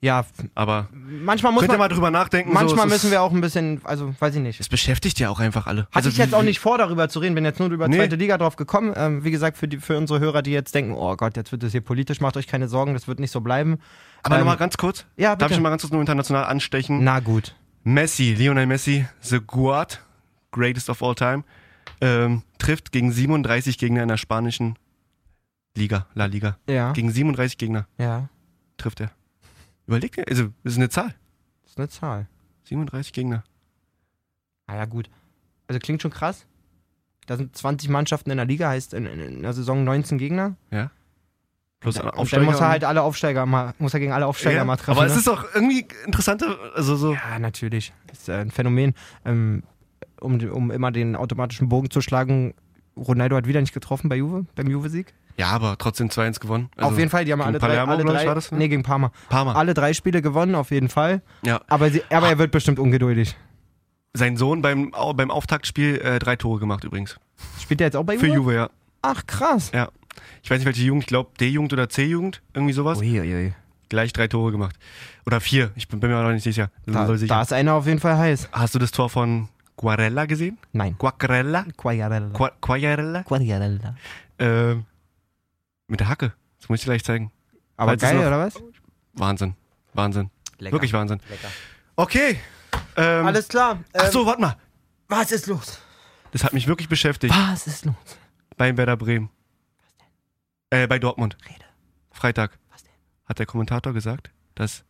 B: ja, f-
D: Aber
B: manchmal muss
D: könnt ihr
B: man,
D: mal drüber nachdenken. so,
B: manchmal
D: es
B: müssen
D: ist,
B: wir auch ein bisschen, also weiß ich nicht.
D: Es beschäftigt ja auch einfach alle.
B: Hatte
D: Also
B: ich jetzt auch nicht vor, darüber zu reden, bin jetzt nur über
D: Nee.
B: zweite Liga drauf gekommen. Ähm, wie gesagt, für, die, für unsere Hörer, die jetzt denken, oh Gott, jetzt wird das hier politisch, macht euch keine Sorgen, das wird nicht so bleiben.
D: Aber
B: Ähm,
D: nochmal ganz kurz.
B: ja,
D: Darf
B: bitte.
D: ich mal ganz kurz nur international anstechen?
B: Na gut.
D: Messi, Lionel Messi, The Guard, greatest of all time, ähm, trifft gegen 37 Gegner in der spanischen Liga, La Liga.
B: Ja.
D: Gegen 37 Gegner
B: Ja,
D: trifft er. Überlegt ihr, also das ist eine Zahl.
B: ist eine Zahl.
D: 37 Gegner.
B: Ah ja, gut. Also klingt schon krass. Da sind 20 Mannschaften in der Liga, heißt in, in, in der Saison 19 Gegner.
D: Plus
B: Und dann muss er
D: und-
B: halt alle Aufsteiger mal, muss er gegen alle Aufsteiger
D: ja,
B: mal treffen.
D: Aber es
B: ne?
D: ist auch irgendwie interessanter, also so.
B: Ja, natürlich. Ist äh, ein Phänomen. Ähm, um, um immer den automatischen Bogen zu schlagen, Ronaldo hat wieder nicht getroffen bei Juve, beim Juve-Sieg.
D: Ja, aber trotzdem 2-1 gewonnen.
B: auf jeden Fall, die haben
D: Also gegen
B: alle drei,
D: Palermo,
B: alle
D: glaub ich,
B: drei
D: war das, ne?
B: nee, gegen Parma.
D: Parma.
B: Alle drei Spiele gewonnen, auf jeden Fall.
D: Ja. Ah.
B: Aber, sie, aber er wird bestimmt ungeduldig.
D: Sein Sohn beim, au- beim Auftaktspiel äh, drei Tore gemacht übrigens.
B: Spielt er jetzt auch bei
D: Für
B: Juve?
D: Juve, ja.
B: Ach, krass.
D: Ja. Ich weiß nicht, welche Jugend, ich glaube D-Jugend oder C-Jugend, irgendwie sowas.
B: Uiuiui.
D: gleich drei Tore gemacht. Oder vier, ich bin, bin mir auch noch nicht sicher.
B: Da,
D: Soll sicher.
B: da ist einer auf jeden Fall heiß.
D: Hast du das Tor von Guarella gesehen?
B: Nein.
D: Quacquarella?
B: Quagliarella.
D: Qua- Quagliarella?
B: Quagliarella.
D: Ähm, mit der Hacke. Das muss ich dir gleich zeigen.
B: Aber
D: Falls es
B: geil,
D: noch-
B: oder was?
D: Wahnsinn. Wahnsinn.
B: Lecker.
D: Wirklich Wahnsinn.
B: Lecker.
D: Okay. Ähm,
B: Alles klar. ähm,
D: Ach so, warte mal.
B: Was ist los?
D: Das hat mich wirklich beschäftigt.
B: Was ist los?
D: Bei Werder Bremen. Äh, bei Dortmund.
B: Rede.
D: Freitag.
B: Was denn?
D: Hat der Kommentator gesagt, dass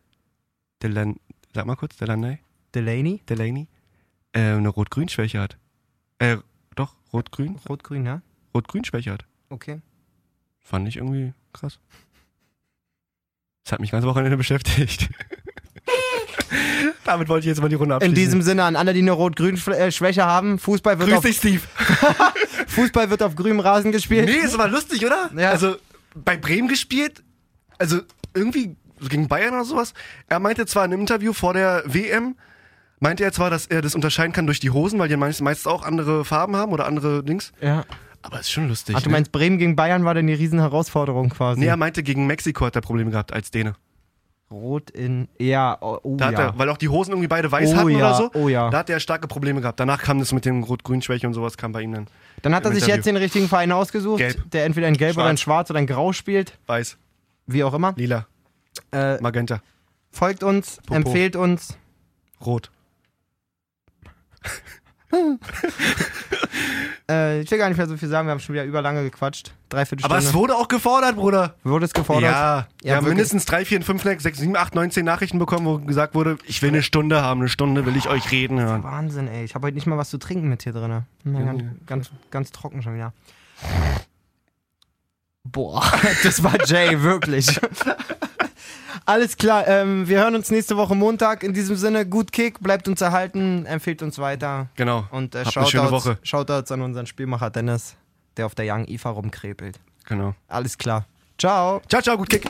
D: Delan, sag mal kurz, Delaney,
B: Delaney?
D: Delaney äh, eine Rot-Grün-Schwäche hat. Äh, doch, Rot-Grün,
B: Rot-Grün, ja?
D: Rot-Grün-Schwäche hat.
B: Okay.
D: Fand ich irgendwie krass. Das hat mich ganze Wochenende beschäftigt. Damit wollte ich jetzt mal die Runde
B: In
D: abschließen.
B: diesem Sinne an alle, die eine Rot-Grün-Schwäche haben, Fußball wird,
D: Grüß
B: auf,
D: dich, Steve.
B: Fußball wird auf grünem Rasen gespielt.
D: Nee, es war lustig, oder?
B: Ja.
D: Also bei Bremen gespielt, also irgendwie so gegen Bayern oder sowas. Er meinte zwar in einem Interview vor der WM, meinte er zwar, dass er das unterscheiden kann durch die Hosen, weil die meist, meist auch andere Farben haben oder andere Dings.
B: Ja.
D: Aber ist schon lustig.
B: Ach, du
D: ne?
B: meinst, Bremen gegen Bayern war denn die Riesenherausforderung quasi?
D: nee, er meinte, gegen Mexiko hat er Probleme gehabt als Däne.
B: Rot in. Ja, oh, oh
D: Da
B: ja.
D: hat er, weil auch die Hosen irgendwie beide weiß
B: Oh
D: hatten
B: ja,
D: oder so.
B: oh ja.
D: Da hat er starke Probleme gehabt. Danach kam das mit dem Rot-Grün-Schwäche und sowas, kam bei ihm dann
B: Dann hat er
D: im
B: sich
D: Interview.
B: jetzt den richtigen Verein ausgesucht,
D: Gelb.
B: der entweder in Gelb oder in
D: Schwarz.
B: Schwarz oder in Grau spielt,
D: weiß,
B: wie auch immer.
D: lila,
B: Äh,
D: magenta,
B: folgt uns,
D: Popo.
B: empfehlt uns.
D: rot.
B: Äh, ich will gar nicht mehr so viel sagen, wir haben schon wieder überlange gequatscht. Dreiviertel
D: Aber
B: Stunde.
D: es wurde auch gefordert, Bruder.
B: Wurde es gefordert?
D: Ja, wir haben
B: wirklich.
D: mindestens drei, vier, fünf, sechs, sieben, acht, neun, zehn Nachrichten bekommen, wo gesagt wurde, ich will eine Stunde haben, eine Stunde will ich euch reden hören.
B: Wahnsinn, ey. Ich habe heute nicht mal was zu trinken mit hier drin. Ganz, ganz, ganz trocken schon wieder. Boah, das war Jay, wirklich. Alles klar, ähm, wir hören uns nächste Woche Montag. In diesem Sinne, gut Kick, bleibt uns erhalten, empfiehlt uns weiter.
D: Genau.
B: Und äh,
D: Habt eine schöne
B: Shoutouts,
D: Woche.
B: Shoutouts an unseren Spielmacher Dennis, der auf der Young IFA rumkrepelt.
D: Genau.
B: Alles klar. Ciao.
D: Ciao, ciao, gut Kick.